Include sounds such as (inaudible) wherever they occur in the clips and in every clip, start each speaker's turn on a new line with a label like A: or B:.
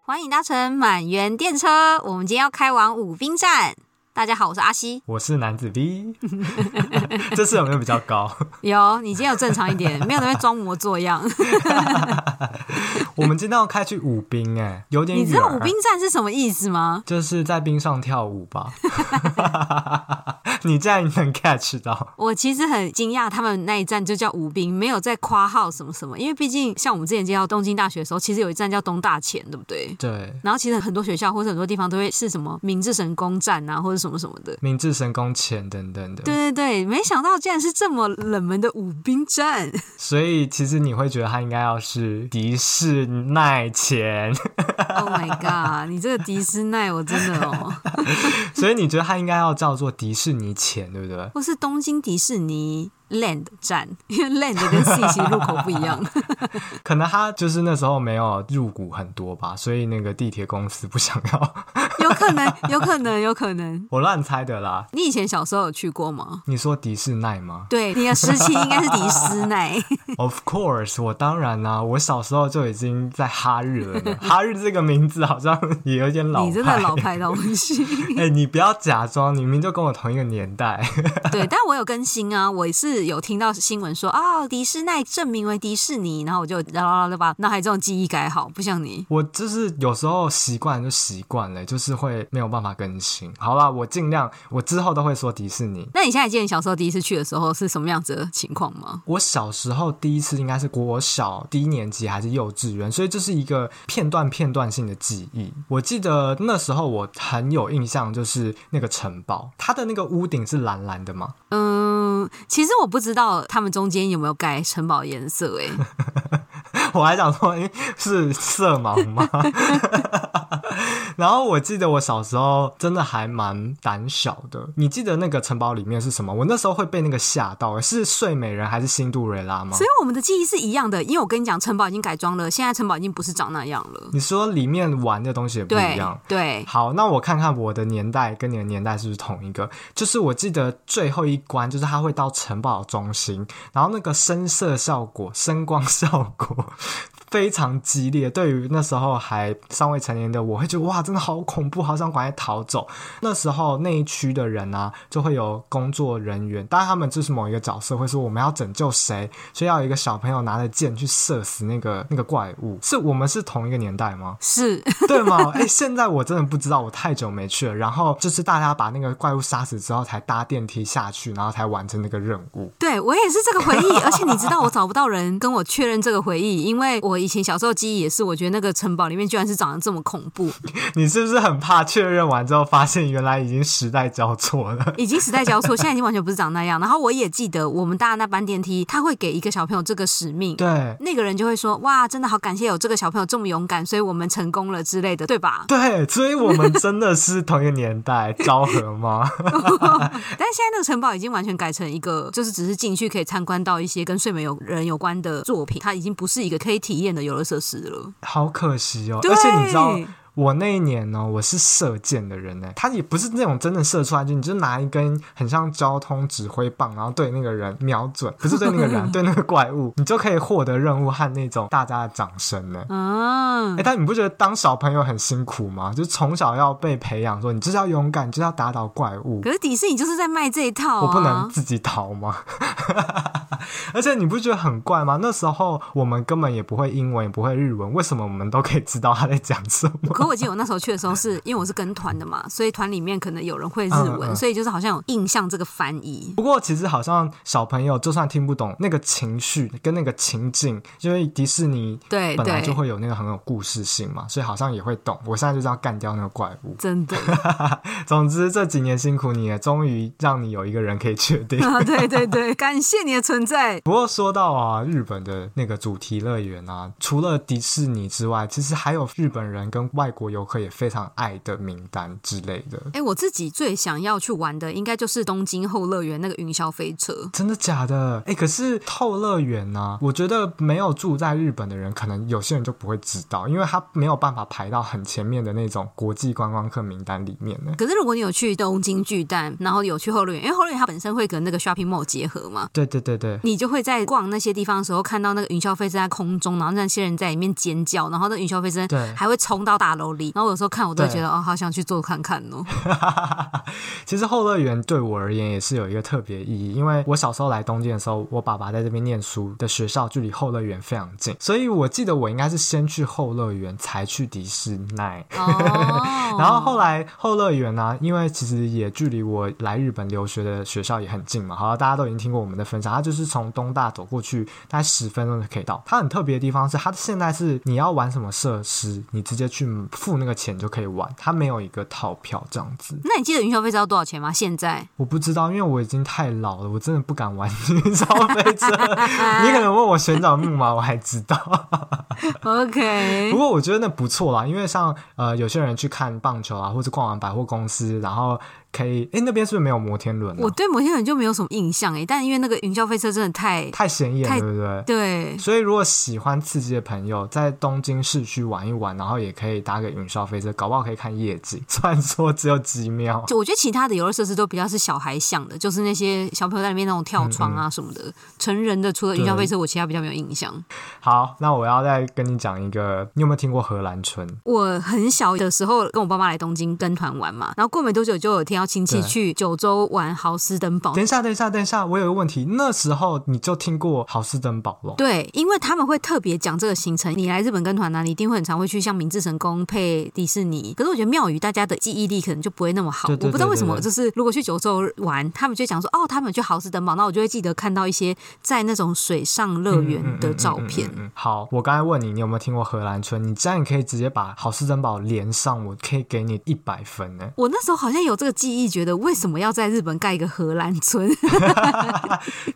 A: 欢迎搭乘满园电车，我们今天要开往武滨站。大家好，我是阿西。
B: 我是男子 B，这次有没有比较高？
A: 有，你今天有正常一 (laughs) 点，没有那边装模作样。
B: 我们今天要开去舞冰，哎，有点
A: 你
B: 远。
A: 知道武滨站是什么意思吗？
B: 就是在冰上跳舞吧？ (laughs) 你这样能 catch 到？
A: 我其实很惊讶，他们那一站就叫武滨，没有在夸号什么什么，因为毕竟像我们之前介绍东京大学的时候，其实有一站叫东大前，对不对？
B: 对，
A: 然后其实很多学校或者很多地方都会是什么明治神宫站啊，或者什么什么的。
B: 明治神宫前等等的。
A: 对对对，没想到竟然是这么冷门的武滨 (laughs) 站，
B: 所以其实你会觉得它应该要是迪士奈前，
A: Oh my god！你这个迪士奈，我真的哦，
B: (laughs) 所以你觉得它应该要叫做迪士尼前，对不对？
A: 或是东京迪士尼 Land 站， (laughs) 因为 Land 跟 C 其实入口不一 (laughs) 样。
B: 可能它就是那时候没有入股很多吧，所以那个地铁公司不想要。
A: 有可能，有可能，有可能。
B: 我乱猜的啦。
A: 你以前小时候有去过吗？
B: 你说迪士奈吗？
A: 对，你的时期应该是迪士 (laughs) 奈。
B: Of course，我当然啦、我小时候就已经在哈日了呢。哈日这个名字好像也有点老派。
A: 你真的老派到不行。
B: 哎、你不要假装，你明明就跟我同一个年代。
A: (laughs) 对，但我有更新啊，我是有听到新闻说啊、迪士奈证明为迪士尼，然后我就啦啦啦把脑海中的记忆改好，不像你。
B: 我就是有时候习惯就习惯了，就是会没有办法更新。好啦，我尽量，我之后都会说迪士尼。
A: 那你现在记得你小时候第一次去的时候是什么样子的情况吗？
B: 我小时候第一次应该是国小低年级还是幼稚园，所以这是一个片段片段性的记忆。我记得那时候我很有印象，就是那个城堡，它的那个屋顶是蓝蓝的嘛，
A: 嗯，其实我不知道他们中间有没有改城堡颜色、欸，哎，
B: 我还想说，诶是色盲
A: (laughs)
B: 吗？ (laughs) 然后我记得我小时候真的还蛮胆小的。你记得那个城堡里面是什么？我那时候会被那个吓到，是睡美人还是辛杜瑞拉吗
A: 所？以我们的记忆是一样的。因为我跟你讲，城堡已经改装了，现在城堡已经不是长那样了。
B: 你说里面玩的东西也不嗯一
A: 对
B: 样。
A: 对，
B: 好，那我看看我的年代跟你的年代是不是同一个？就是我记得最后一关，就是它会到城堡中心，然后那个声色效果、声光效果 (laughs) 非常激烈。对于那时候还尚未成年的我，会觉得哇，真的好恐怖，好想赶快逃走。那时候那一区的人啊，就会有工作人员，当然他们就是某一个角色会说我们要拯救谁，所以要有一个小朋友拿着剑去射死那个那个怪物。是我们是同一个年代吗？
A: 是
B: (laughs) 对吗？哎、现在我真的不知道，我太久没去了。然后就是大家把那个怪物杀死之后，才搭电梯下去，然后才完成那个任务。
A: 对我也是这个回忆。而且你知道，我找不到人跟我确认这个回忆，因为我以前小时候记忆也是，我觉得那个城堡里面居然是长得这么恐怖，
B: 你是不是很怕确认完之后，发现原来已经时代交
A: (laughs)
B: 错了？
A: 已经时代交错，现在已经完全不是长那样。然后我也记得我们大那班电梯，他会给一个小朋友这个使命，
B: 对。？”
A: 那个人就会说：“哇，真的好感谢有这个小朋友这么勇敢，所以我们成功了之类的，对吧
B: 对，所以我们真的是同一个年代，昭和吗？
A: 但现在那个城堡已经完全改成一个，就是只是进去可以参观到一些跟睡美有人有关的作品，它已经不是一个可以体验的游乐设施了。
B: 好可惜哦。
A: 对
B: 而且你知道，我那一年呢、我是射箭的人呢，他也不是那种真的射出来，就你就拿一根很像交通指挥棒，然后对那个人瞄准，不是对那个人，对那个怪物，你就可以获得任务和那种大家的掌声呢。
A: 嗯
B: 哎、，但你不觉得当小朋友很辛苦吗？就从小要被培养说，你就是要勇敢，你就是要打倒怪物。
A: 可是迪士尼就是在卖这一套啊！
B: 我不能自己逃吗？ (laughs) 而且你不觉得很怪吗？那时候我们根本也不会英文，也不会日文，为什么我们都可以知道他在讲什么？
A: 可我记得我那时候去的时候是，
B: (laughs)
A: 因为我是跟团的嘛，所以团里面可能有人会日文，
B: 嗯嗯
A: 所以就是好像有印象这个翻译。
B: 不过其实好像小朋友就算听不懂那个情绪跟那个情境，因为迪士尼
A: 对
B: 本来
A: 对
B: 就，会有那个很有故事性嘛，所以好像也会懂。我现在就是要干掉那个怪物。
A: 真
B: (laughs)
A: 的， (laughs)
B: 总之这几年辛苦你了，终于让你有一个人可以确
A: (laughs)
B: 定。
A: 啊对对对，感谢你的存在。
B: 不过说到啊，日本的那个主题乐园啊，除了迪士尼之外，其实还有日本人跟外国游客也非常爱的名单之类的。
A: 哎、我自己最想要去玩的，应该就是东京后乐园那个云霄飞车。
B: 真的假的？哎、可是后乐园呢、我觉得没有住在日本的人，可能有些人就不会知道，因为他没有办法排到很前面的那种国际观光客名单里面呢。
A: 可是如果你有去东京巨蛋，然后有去后乐园，因为后乐园它本身会跟那个 shopping mall 结合嘛，
B: 对对对对，
A: 你就会在逛那些地方的时候看到那个云霄飞车在空中，然后那些人在里面尖叫，然后那云霄飞车
B: 对
A: 还会冲到大楼里。然后有时候看我都会
B: 对
A: 觉得哦，好想去坐看看
B: (laughs)
A: 哦。
B: 其实后乐园对我而言也是有一个特别意义，因为我小时候来东京的时候，我爸爸在这边念书的学校距离后乐园非常近，所以我记得我应该是先去后乐园，才去迪士尼。
A: 哦
B: 然后后来后乐园呢、因为其实也距离我来日本留学的学校也很近嘛，好，大家都已经听过我们的分享，它就是从东大走过去，大概十分钟就可以到。它很特别的地方是，它现在是你要玩什么设施，你直接去付那个钱就可以玩，它没有一个套票这样子。
A: 那你记得云霄飞车要多少钱吗？现在
B: 我不知道，因为我已经太老了，我真的不敢玩云霄飞车。你可能问我旋转木马，我还知道。
A: (laughs) OK，
B: 不过我觉得那不错啦，因为像呃有些人去看棒球啊，或者逛完百货公司，然后可以，诶，那边是不是没有摩天轮、
A: 我
B: 啊？
A: 对摩天轮就没有什么印象诶，但因为那个云霄飞车真的太
B: 太显眼了，
A: 太
B: 对不对？
A: 对，
B: 所以，如果喜欢刺激的朋友，在东京市区玩一玩，然后也可以搭个云霄飞车，搞不好可以看夜景。 (laughs) 虽然说只有几秒，
A: 就我觉得其他的游乐设施都比较是小孩想的，就是那些小朋友在里面那种跳窗啊什么的。成人的除了云霄飞车，我其他比较没有印象。
B: 好，那我要再跟你讲一个，你有没有听过荷兰村？
A: 我很小的时候跟我爸妈来东京跟团玩嘛，然后过没多久就有听到亲戚
B: 对
A: 去九州玩豪斯登堡。
B: 等一下，等一下，等一下，我有个问题，那时候你就听过豪斯登堡了？
A: 对，因为他们会特别讲这个行程。你来日本跟团呢、你一定会很常会去像明治神宫配迪士尼。可是我觉得庙宇大家的记忆力可能就不会那么好。
B: 对对
A: 我不知道
B: 对
A: 为什么，
B: 对对
A: 就是如果去九州玩，他们就讲说哦，他们去豪斯登堡，那我就会记得看到一些在那种水上乐园的照片。
B: 嗯嗯嗯嗯好，我刚才问你，你有没有听过荷兰村？你这样你可以直接把好事珍宝连上，我可以给你一百分呢。
A: 我那时候好像有这个记忆，觉得为什么要在日本盖一个荷兰村？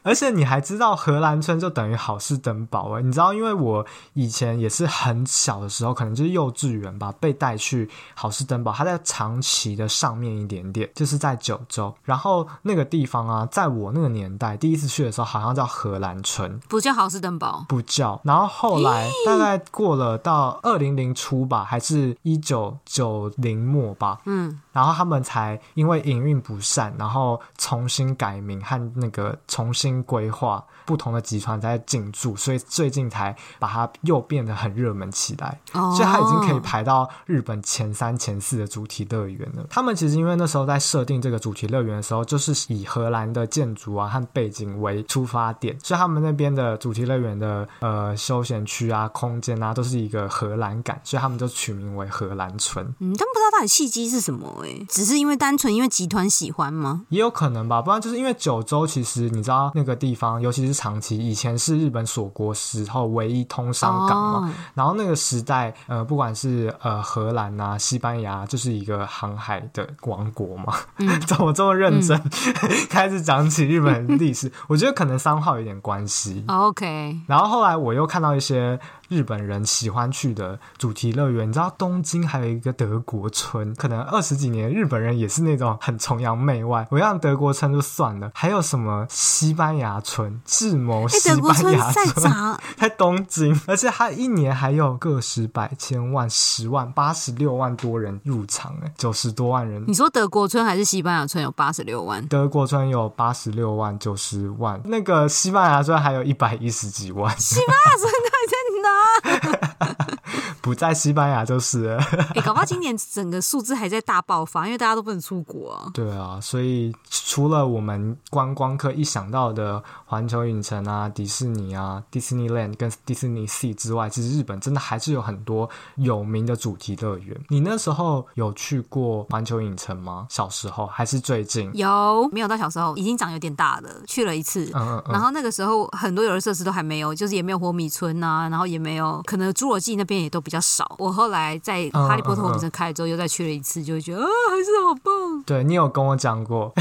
B: 而且你还知道荷兰村就等于好事登堡哎，你知道，因为我以前也是很小的时候，可能就是幼稚园吧，被带去好事登堡，它在长崎的上面一点点，就是在九州。然后那个地方啊，在我那个年代第一次去的时候，好像叫荷兰村，
A: (laughs) 不叫豪斯登堡，
B: 不叫。然后后来大概过了到二零零初吧，还是一九九零末吧，
A: 嗯，
B: 然后他们才因为营运不善，然后重新改名和那个重新规划不同的集团在进驻，所以最近才把它又变得很热门起来。
A: 哦，
B: 所以它已经可以排到日本前三、前四的主题乐园了。他们其实因为那时候在设定这个主题乐园的时候，就是以荷兰的建筑啊和背景为出发点，所以他们那边的主题乐园的呃休闲区啊、空间啊，都是一个荷兰感，所以他们就取名为荷兰村。
A: 嗯，但不知道到底契机是什么诶、只是因为单纯因为集团喜欢吗？
B: 也有可能吧，不然就是因为九州其实你知道那个地方，尤其是长崎，以前是日本锁国时候唯一通商港
A: 哦
B: 嘛，然后那个时代，呃，不管是呃荷兰啊、西班牙，就是一个航海的王国嘛。 (laughs) 怎么这么认真、 (laughs) 开始讲起日本的历史？我觉得可能三号有点关系。
A: 哦 OK，哎
B: 然后后来我又看到一些日本人喜欢去的主题乐园，你知道东京还有一个德国村，可能二十几年日本人也是那种很崇洋媚外。我让德国村就算了，还有什么西班牙村、智谋
A: 哎、
B: 西
A: 德国
B: 班
A: 村
B: 牙
A: 在
B: 村，
A: 长
B: (laughs) 在东京，而且它一年还有个十百千万十万八十六万多人入场、哎，九十多万人
A: 你说德国村还是西班牙村有八十六
B: (laughs)
A: 万？
B: 德国村有八十六万、九十万，那个西班牙村还有一百一十几万，
A: 西班牙村到底在哪？
B: (laughs) 不在西班牙就是了。
A: 哎、搞不好今年整个数字还在大爆发，因为大家都不能出国啊。
B: 对啊，所以除了我们观光客一想到的环球影城啊、迪士尼啊、Disneyland 跟 Disney Sea 之外，其实日本真的还是有很多有名的主题乐园。你那时候有去过环球影城吗？小时候还是最近？
A: 有没有到小时候已经长有点大了，去了一次。
B: 嗯嗯嗯
A: 然后那个时候很多游乐设施都还没有，就是也没有活米村啊，然后也没有，可能侏罗纪那边也都比较少。我后来在
B: 嗯
A: 哈利波特火车开了之后，又再去了一次，就会觉得啊，还是好棒。
B: 对你有跟我讲过， (laughs)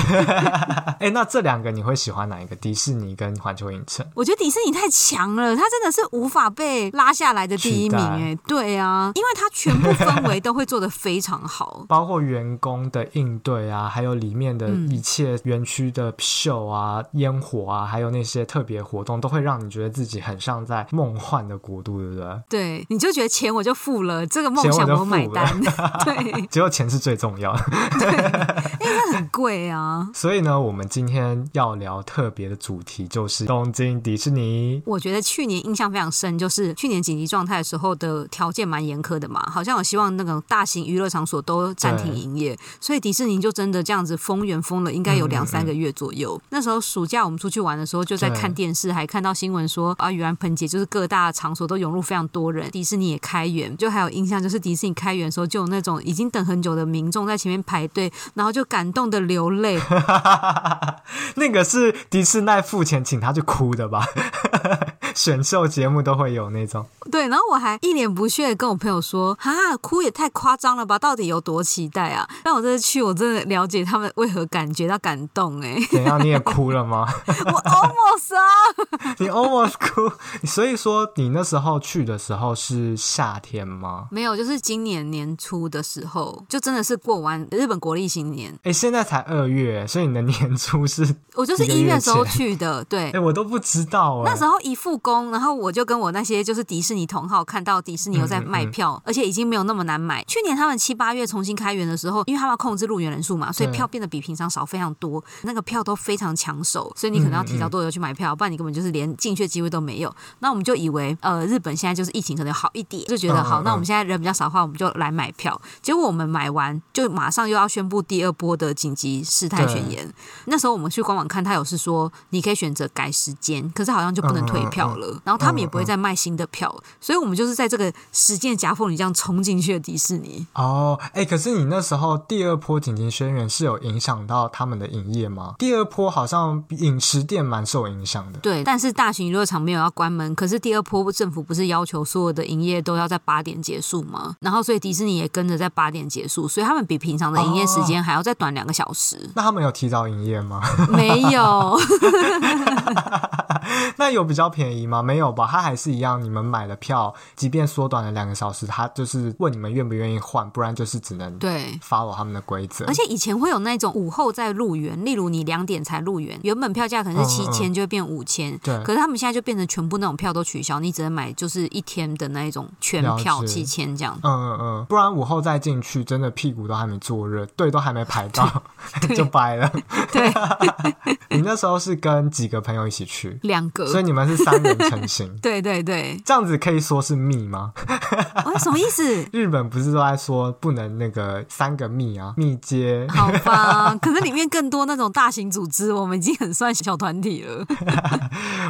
B: 哎、那这两个你会喜欢哪一个？迪士尼跟环球影城？
A: 我觉得迪士尼太强了，它真的是无法被拉下来的第一名
B: 取代。
A: 哎、对啊，因为它全部氛围都会做得非常好
B: 包括员工的应对啊，还有里面的一切园区的秀啊、烟火啊，还有那些特别活动，都会让你觉得自己很像在梦幻的国度，对不对？
A: 对，你就觉得钱我就付了，这个梦
B: 钱我
A: 想
B: 就
A: 我买
B: 付了
A: 单， (laughs) 对，
B: 只有钱是最重要的。 (laughs)
A: 很贵啊。
B: 所以呢，我们今天要聊特别的主题，就是东京迪士尼。
A: 我觉得去年印象非常深，就是去年紧急状态的时候的条件蛮严苛的嘛，好像有希望那种大型娱乐场所都暂停营业，所以迪士尼就真的这样子封园封了，应该有两三个月左右。那时候暑假我们出去玩的时候，就在
B: 对
A: 看电视，还看到新闻说啊，盂兰盆节就是各大场所都涌入非常多人，迪士尼也开园，就还有印象就是迪士尼开园的时候，就有那种已经等很久的民众在前面排队，然后就感动的流泪，
B: 那个是迪士奈付钱请他去哭的吧？ (laughs) 选秀节目都会有那种。
A: 对，然后我还一脸不屑地跟我朋友说：“啊，哭也太夸张了吧，到底有多期待啊？”但我这次去，我真的了解他们为何感觉到感动哎、
B: 怎样？你也哭了吗？
A: (laughs) 我 almost 啊，
B: 你 almost (laughs) 哭。所以说，你那时候去的时候是夏天吗？
A: 没有，就是今年年初的时候，就真的是过完日本国历新年，
B: 哎、现在才二月，所以你的年初是 (laughs)
A: 我就是
B: 一个
A: 一
B: 月
A: 月的时候
B: 前
A: 去的，对
B: 哎、。我都不知道哎、
A: 那时候一复工，然后我就跟我那些就是迪士尼同好看到迪士尼有在
B: 嗯
A: 卖票，而且已经没有那么难买。去年他们七八月重新开园的时候，因为他们要控制入园人数嘛，所以
B: 对
A: 票变得比平常少非常多，那个票都非常抢手，所以你可能要提早多久去买票，不然你根本就是连进去的机会都没有。那我们就以为呃日本现在就是疫情可能好一点，就觉
B: 嗯
A: 得
B: 嗯
A: 好，那我
B: 嗯
A: 们现在人比较少的话，我们就来买票。结果我们买完就马上又要宣布第二波的紧急事态宣言，那时候我们去官网看，他有是说你可以选择改时间，可是好像就不能退票了，然后他们也不会再卖新的票，所以我们就是在这个时间夹缝里这样冲进去的迪士尼。
B: 哦，哎、可是你那时候第二波紧急宣言是有影响到他们的营业吗？第二波好像饮食店蛮受影响的。。
A: 对，但是大型娱乐场没有要关门，可是第二波政府不是要求所有的营业都要在八点结束吗？然后所以迪士尼也跟着在八点结束，所以他们比平常的营业时间还要再短两个小时 (laughs)
B: 那他们有提早营业吗？ (laughs)
A: 没有，
B: 那有比较便宜吗？没有吧，它还是一样。你们买了票，即便缩短了两个小时，它就是问你们愿不愿意换，不然就是只能
A: 对。
B: follow 他们的规则
A: 而。且以前会有那种午后再入园，例如你两点才入园，原本票价可能是七
B: 嗯嗯
A: 千，就会变五千。
B: 对
A: 可是他们现在就变成全部那种票都取消，你只能买就是一天的那一种全票
B: 了解
A: 七千这样。
B: 嗯嗯嗯，不然午后再进去，真的屁股都还没坐热，队都还没排到 (laughs)
A: 对
B: 就掰了。
A: (laughs) 对，
B: (laughs) 你那时候是跟几个朋友一起去，
A: 两
B: 所
A: 个。，
B: 以你们是三人成型
A: (laughs) 对对对，
B: 这样子可以说是密吗？？
A: 哦，什么意思
B: 日本不是都在说不能那个三个密啊，密接。
A: 好吧，可是里面更多那种大型组织，我们已经很算小团体了。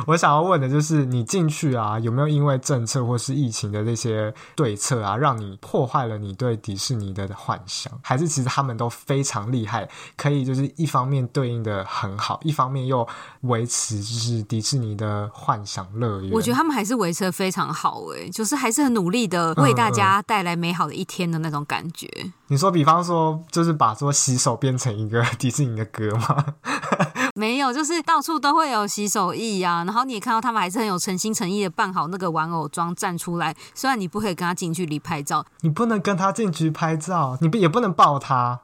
B: 我想要问的就是，你进去啊，有没有因为政策或是疫情的那些对策啊，让你破坏了你对迪士尼的幻想？还是其实他们都非常厉害，可以就是一方面对应的很好，一方面又维持就是迪士尼的幻想乐园？
A: 我觉得他们还是维持的非常好、诶，就是还是很努力的
B: 嗯
A: 为大家带来美好的一天的那种感觉。
B: 你说，比方说，就是把说洗手变成一个迪士尼的歌吗？
A: 没有，就是到处都会有洗手液啊，然后你也看到他们还是很有诚心诚意的扮好那个玩偶装站出来，虽然你不可以跟他近距离拍照，
B: 你不能跟他进去拍照，你不也不能抱他。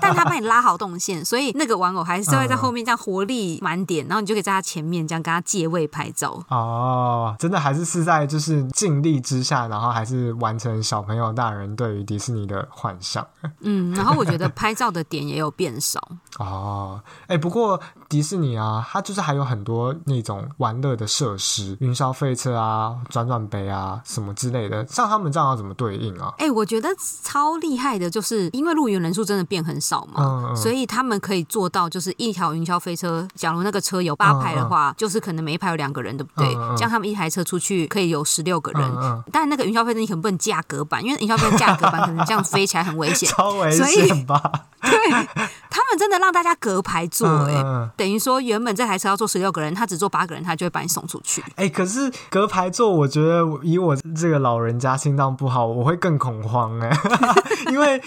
A: 但他帮你拉好动线，所以那个玩偶还是会在后面这样活力满点，然后你就可以在他前面这样跟他借位拍照。
B: 哦，真的还是是在就是尽力之下，然后还是完成小朋友、大人对于迪士尼的幻想。
A: 嗯，然后我觉得拍照的点也有变少，
B: 哦，哎、不过迪士尼啊，它就是还有很多那种玩乐的设施，云霄飞车啊、转转杯啊什么之类的，像他们这样要怎么对应啊？
A: 哎、我觉得超厉害的，就是因为入园人数真的变很少嘛，
B: 嗯嗯
A: 所以他们可以做到，就是一条云霄飞车，假如那个车有八排的话，就是可能每一排有两个人，对不对？
B: 嗯嗯嗯
A: 这样他们一台车出去可以有十六个人。
B: 嗯嗯，
A: 但那个云霄飞车你可能不能架隔板，因为云霄飞车架隔板可能这样飞起来很危险。 (laughs)
B: 超危
A: 所以
B: 险吧？
A: 对，他们们真的让大家隔排坐、欸，哎、
B: 嗯嗯
A: 等于说原本这台车要坐十六个人，他只坐八个人，他就会把你送出去。
B: 哎、可是隔排坐，我觉得以我这个老人家心脏不好，我会更恐慌哎、 (laughs) 因为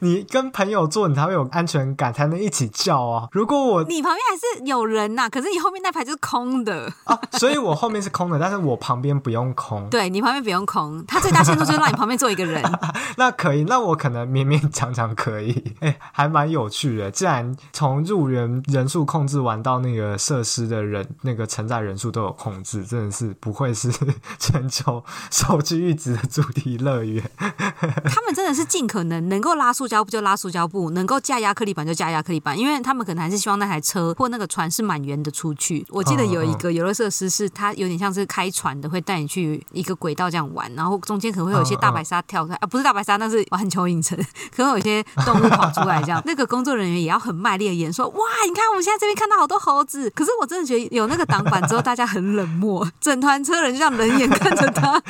B: 你跟朋友坐，你才会有安全感，才能一起叫啊。如果我
A: 你旁边还是有人呐、可是你后面那排就是空的。
B: 啊，所以我后面是空的，但是我旁边不用空，
A: (laughs) 对你旁边不用空，他最大限度就是让你旁边坐一个人。
B: 那可以，那我可能勉勉强强可以。哎、还蛮有趣的。既然从入园人数控制完到那个设施的人那个承载人数都有控制，真的是不愧是 (laughs) 全球首屈一指的主题乐园。
A: 他们真的是尽可能能够拉塑胶布就拉塑胶布，能够架压克力板就架压克力板，因为他们可能还是希望那台车或那个船是满员的出去。我记得有一个游乐设施是它有点像是开船的，会带你去一个轨道这样玩，然后中间可能会有一些大白鲨跳出来啊，不是大白鲨，那是环球影城，可能有一些动物跑出来这样。那个工作人员也要很卖力的演说，哇，你看我们现在这边看到好多猴子，可是我真的觉得有那个挡板之后，大家很冷漠，整团车人就这样冷眼看着他。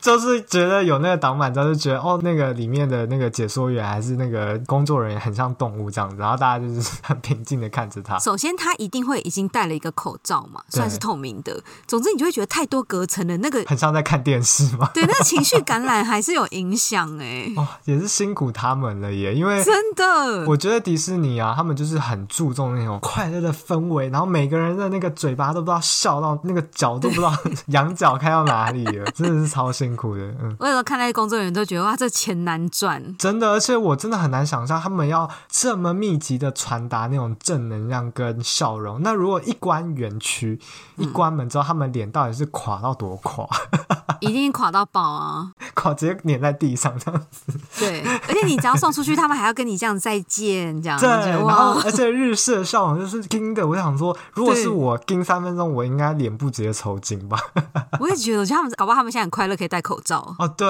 B: 就是觉得有那个挡板之后，就觉得哦，那个里面的那个解说员还是那个工作人员很像动物这样子，然后大家就是很平静的看着他。
A: 首先，他一定会已经戴了一个口罩嘛，
B: 对
A: 虽然是透明的。总之，你就会觉得太多隔层了，那
B: (laughs)
A: 个
B: 很像在看电视嘛，
A: 对那个情绪感染还是有影响哎、
B: (laughs) 哦，也是辛苦他们了耶，因为
A: 真的。
B: 我觉得迪士尼啊，他们就是很注重那种快乐的氛围，然后每个人的那个嘴巴都不知道笑到那个角度不知道 (laughs) 仰角开到哪里了，真的是超辛苦的，嗯。
A: 我有时候看那些工作人员都觉得哇，这钱难
B: (laughs)
A: 赚。
B: 真的，而且我真的很难想象他们要这么密集的传达那种正能量跟笑容。那如果一关园区，一关门之后，他们脸到底是垮到多垮？ (laughs)
A: 一定垮到爆啊！
B: 垮直接碾在地上这样
A: (laughs)
B: 子。
A: 对，而且你只要送出去，他们还要跟你这样再见，这样
B: (laughs) 对，
A: 我觉得
B: 然后
A: 啊哇，
B: 而且日式的笑容就是盯的，我想说，如果
A: 对
B: 是我盯三分钟，我应该脸部直接抽筋吧。 (laughs)
A: 我也觉得，我觉得他们搞不好他们现在很快乐，可以戴口罩。
B: 哦，对，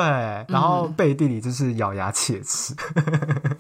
B: 然后背地里就是咬牙切齿。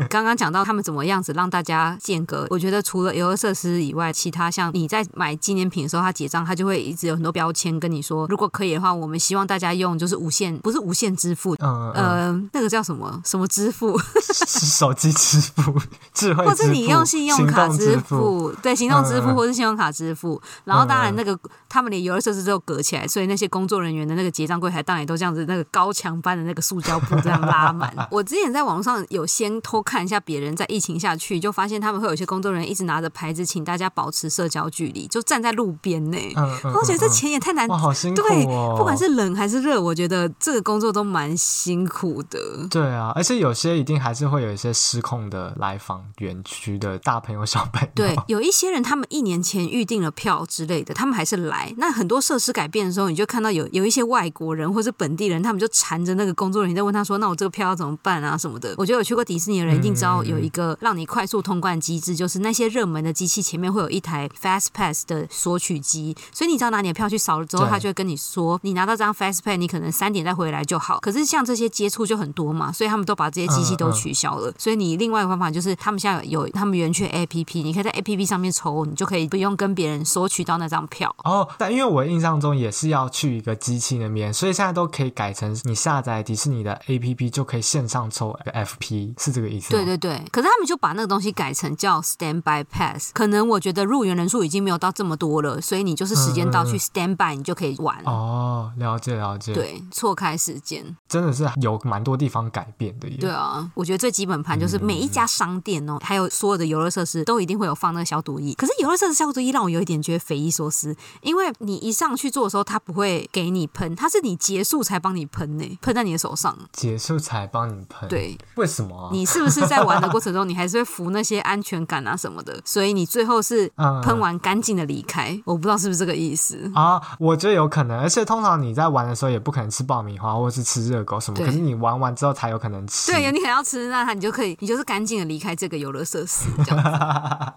A: 刚刚讲到他们怎么样子让大家间隔，我觉得除了游乐设施以外，其他像你在买纪念品的时候，他结账他就会一直有很多标签跟你说，如果可以的话，我们希望大家用就是无限，不是无限支付。
B: 嗯嗯，
A: 呃，那个叫什么什么支付，
B: 是手机支付、智慧支付、
A: 或是你用信用卡
B: 行动支
A: 支付，对，行动支
B: 嗯
A: 付
B: 嗯
A: 或是信用卡支付。然后当然
B: 嗯嗯
A: 那个他们连游乐设施都隔起来，所以那些工作人员的那个结账柜台当然也都这样子，那个高墙般的那个塑胶布这样拉
B: (laughs)
A: 满。我之前在网上有先偷看一下别人在疫情下去，就发现他们会有一些工作人员一直拿着牌子，请大家保持社交距离，就站在路边呢。
B: 嗯
A: (laughs)
B: 嗯，
A: 我觉得这
B: 嗯嗯
A: 钱也太难
B: 哇，好辛苦
A: 对
B: 哦！，
A: 不管是冷还是热，我觉得这个工作都蛮辛苦的。
B: 对啊，而且有些一定还是会有一些失控的来访园区的大朋友小朋友。
A: 对，有一些人他们一年前预定了票之类的，他们还是来。那很多设施改变的时候，你就看到有有一些外国人或是本地人，他们就缠着那个工作人员在问他说：“那我这个票要怎么办啊？什么的。”我觉得有去过迪士尼的人一定知道有一个让你快速通关的机制，就是那些热门的机器前面会有一台 Fast Pass 的索取机，所以你只要拿你的票去扫了之后，
B: 对
A: 他就会跟你说，你拿到这张 Fast Pass，你可能三点再回来就好。可是像这些接触就很多嘛，所以他们都把这些机器
B: 嗯
A: 都
B: 嗯
A: 取消了。所以你另外一个方法就是，他们现在有他们园区的 APP，你可以在 APP 上面抽，你就可以不用跟别人索取到那张票。
B: (laughs) 哦，但因为我印象中也是要去一个机器那边，所以现在都可以改成你下载迪士尼的 APP 就可以线上抽 FP，是这个意思
A: 对
B: 吗？
A: 对对，可是他们就把那个东西改成叫 standby pass，可能我觉得入园人数已经没有到这么多了，所以你就是时间到去 standby，你就可以玩。
B: 嗯哦，了解了解，，
A: 对，错开时间。
B: 真的是有蛮多地方改变的耶。
A: 对啊，我觉得最基本盘就是每一家商店哦，还有所有的游乐设施都一定会有放那个消毒液。可是游乐设施消毒液让我有一点觉得匪夷所思，因为你一上去做的时候，它不会给你喷，它是你结束才帮你喷呢、喷在你的手上。
B: 结束才帮你喷，，
A: 对
B: 为什么啊、
A: 你是不是在玩的过程中，你还是会服那些安全感啊什么的，所以你最后是
B: 嗯
A: 喷完干净的离开。我不知道是不是这个意思。
B: 啊，我觉得有可能，而且通常你在玩的时候也不可能吃爆米花或者是吃热狗什么，
A: 对
B: 可是你玩完之后才有可能吃。
A: 对，你可能要吃，那它你就可以，你就是干净的离开这个游乐设施，这样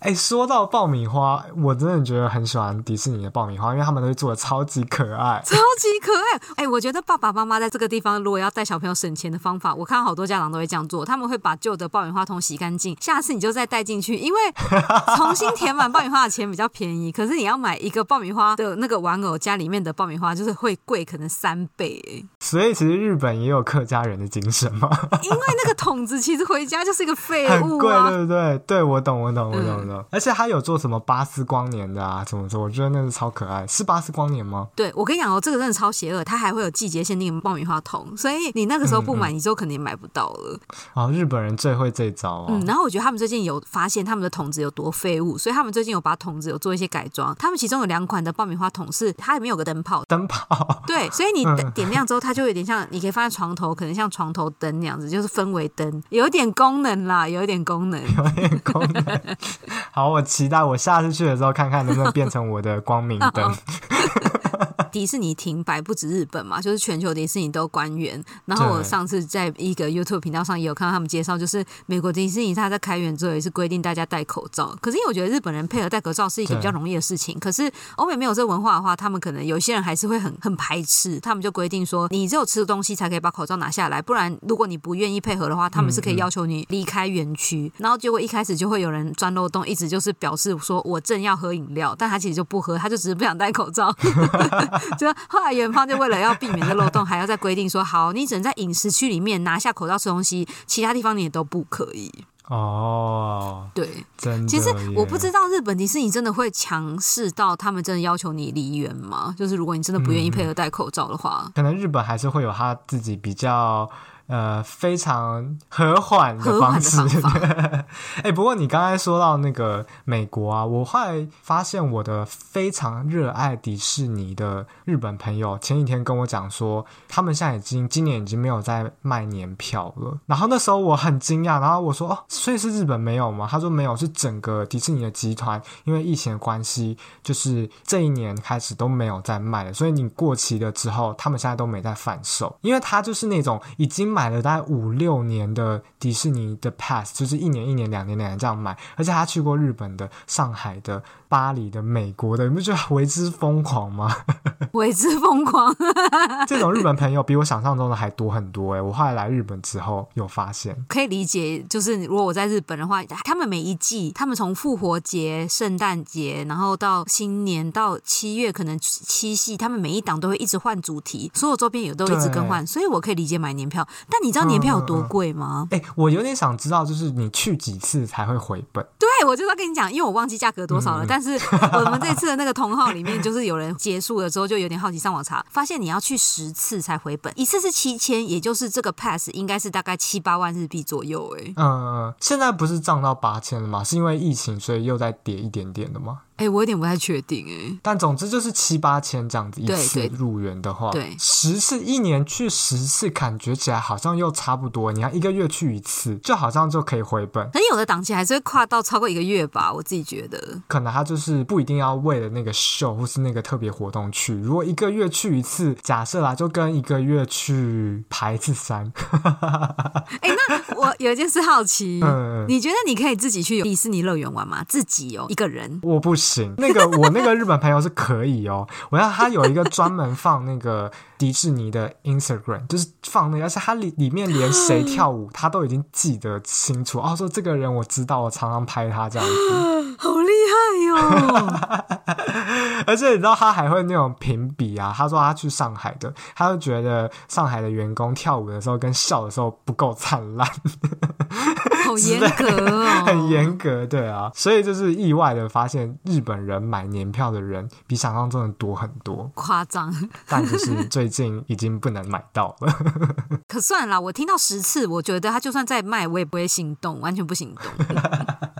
B: 哎、说到爆米花，我真的觉得很喜欢迪士尼的爆米花，因为他们都会做的超级可爱。
A: 超级可爱。哎、我觉得爸爸妈妈在这个地方如果要带小朋友省钱的方法，我看好多家长都会这样做。他们们会把旧的爆米花桶洗干净，下次你就再带进去，因为重新填满爆米花的钱比较便宜。可是你要买一个爆米花的那个玩偶，家里面的爆米花就是会贵，可能三倍、欸。
B: 所以其实日本也有客家人的精神嘛，
A: 因为那个桶子其实回家就是一个废
B: (laughs) 很
A: 物
B: 哎
A: 嗯
B: 贵，
A: 啊。
B: 对不对？对，我懂，我懂，我懂，我懂。而且他有做什么巴斯光年的啊，怎么做？我觉得那是超可爱，是巴斯光年吗？
A: 对，我跟你讲哦，这个真的超邪恶，它还会有季节限定的爆米花桶，所以你那个时候不买，你之后肯定也买不到了。
B: 啊，日本人最会这招哦。
A: 嗯，然后我觉得他们最近有发现他们的桶子有多废物，所以他们最近有把桶子有做一些改装。他们其中有两款的爆米花桶是它里面有个灯泡，
B: 灯泡，
A: 对，所以你点点亮之后，它就有点像你可以放在床头，可能像床头灯那样子，就是氛围灯，有一点功能啦，有一点功 (laughs) 能。
B: 功
A: (laughs)
B: 能好，我期待我下次去的时候看看能不能变成我的光明灯。
A: 迪士尼停摆不止日本嘛，就是全球迪士尼都关园。然后我
B: 对
A: 上次在一个 YouTube 频道上也有看到他们介绍，就是美国迪士尼它在开园之后也是规定大家戴口罩。可是因为我觉得日本人配合戴口罩是一个
B: 对
A: 比较容易的事情，可是欧美没有这文化的话，他们可能有些人还是会很很排斥。他们就规定说，你只有吃东西才可以把口罩拿下来，不然如果你不愿意配合的话，他们是可以要求你离开园区。然后结果一开始就会有人钻漏洞，一直就是表示说我正要喝饮料，但他其实就不喝，他就只是不想戴口罩。 (laughs) 就后来园方就为了要避免这漏洞，还要再规定说，好，你只能在饮食区里面拿下口罩吃东西，其他地方你也都不可以。
B: (laughs) 哦，
A: 对，
B: 真的。
A: 其实我不。知道日本迪士尼真的会强势到他们真的要求你离园吗？就是如果你真的不愿意
B: 嗯
A: 配合戴口罩的话，
B: 可能日本还是会有他自己比较呃非常和缓的
A: 和缓
B: 方
A: 的
B: 式。
A: 方法
B: (laughs) 哎、不过你刚才说到那个美国啊，我后来发现我的非常热爱迪士尼的日本朋友，前几天跟我讲说，他们现在已经今年已经没有在卖年票了。然后那时候我很惊讶，然后我说哦，所以是日本没有吗？他说没有，是整个迪士尼的集团因为疫情的关系，就是这一年开始都没有在卖了，所以你过期了之后，他们现在都没在贩售，因为它就是那种已经买了大概五六年的迪士尼的 pass，就是一年一年、两年两年这样买，而且他去过日本的、上海的、巴黎的、美国的，你不觉得为之疯狂吗？
A: (laughs)
B: (laughs)
A: 为之疯狂。 (laughs)
B: 这种日本朋友比我想象中的还多很多诶、欸我后来来日本之后有发现，
A: 可以理解，就是如果我在日本的话，他们每一季，他们从复活节、圣诞节，然后到新年到七月，可能七夕，他们每一档都会一直换主题，所有周边也都一直更换，所以我可以理解买年票。但你知
B: 嗯
A: 道年票有多贵吗？
B: 诶、我有点想知道，就是你去几次才会回本？
A: 对，我就是要跟你讲，因为我忘记价格多少了。但是我们这次的那个同号里面，就是有人结束了之后就有点好奇上网查，发现你要去十次才回本，一次是七千，也就是这个 pass 应该是大概七八万日币左右、欸，哎。
B: 嗯，现在不是涨到八千了吗？是因为疫情，所以又再跌一点点的吗？
A: 哎、我有点不太确定哎、
B: 但总之就是七八千这样子一
A: 对
B: 次
A: 对
B: 入园的话，
A: 对
B: 十次一年去十次，感觉起来好像又差不多。你看一个月去一次，就好像就可以回本。
A: 可能有的档期还是会跨到超过一个月吧，我自己觉得。
B: 可能他就是不一定要为了那个秀或是那个特别活动去。如果一个月去一次，假设啦，就跟一个月去爬一次山，
A: 哎、那我有一件事好奇，
B: 嗯
A: 你觉得你可以自己去迪士尼乐园玩吗？自己哦，一个人。
B: 我不行，那个 (laughs) 我那个日本朋友是可以哦。我让他有一个专门放那个 (laughs) 迪士尼的 Instagram，就是放那个，而且他里里面连谁跳舞，他都已经记得清楚。哦，说这个人我知道，我常常拍他这样子。 (laughs)
A: 好厉害哟、
B: 而且你知道他还会那种评比啊，他说他去上海的，他就觉得上海的员工跳舞的时候跟笑的时候不够灿烂，
A: 好严格哦，
B: 很。严格，对啊。所以就是意外的发现，日本人买年票的人比想象中的多很多。
A: 夸张，
B: 但就是最近已经不能买到了。
A: 可算了啦。我听到十次，我觉得他就算再卖，我也不会心动，完全不心动。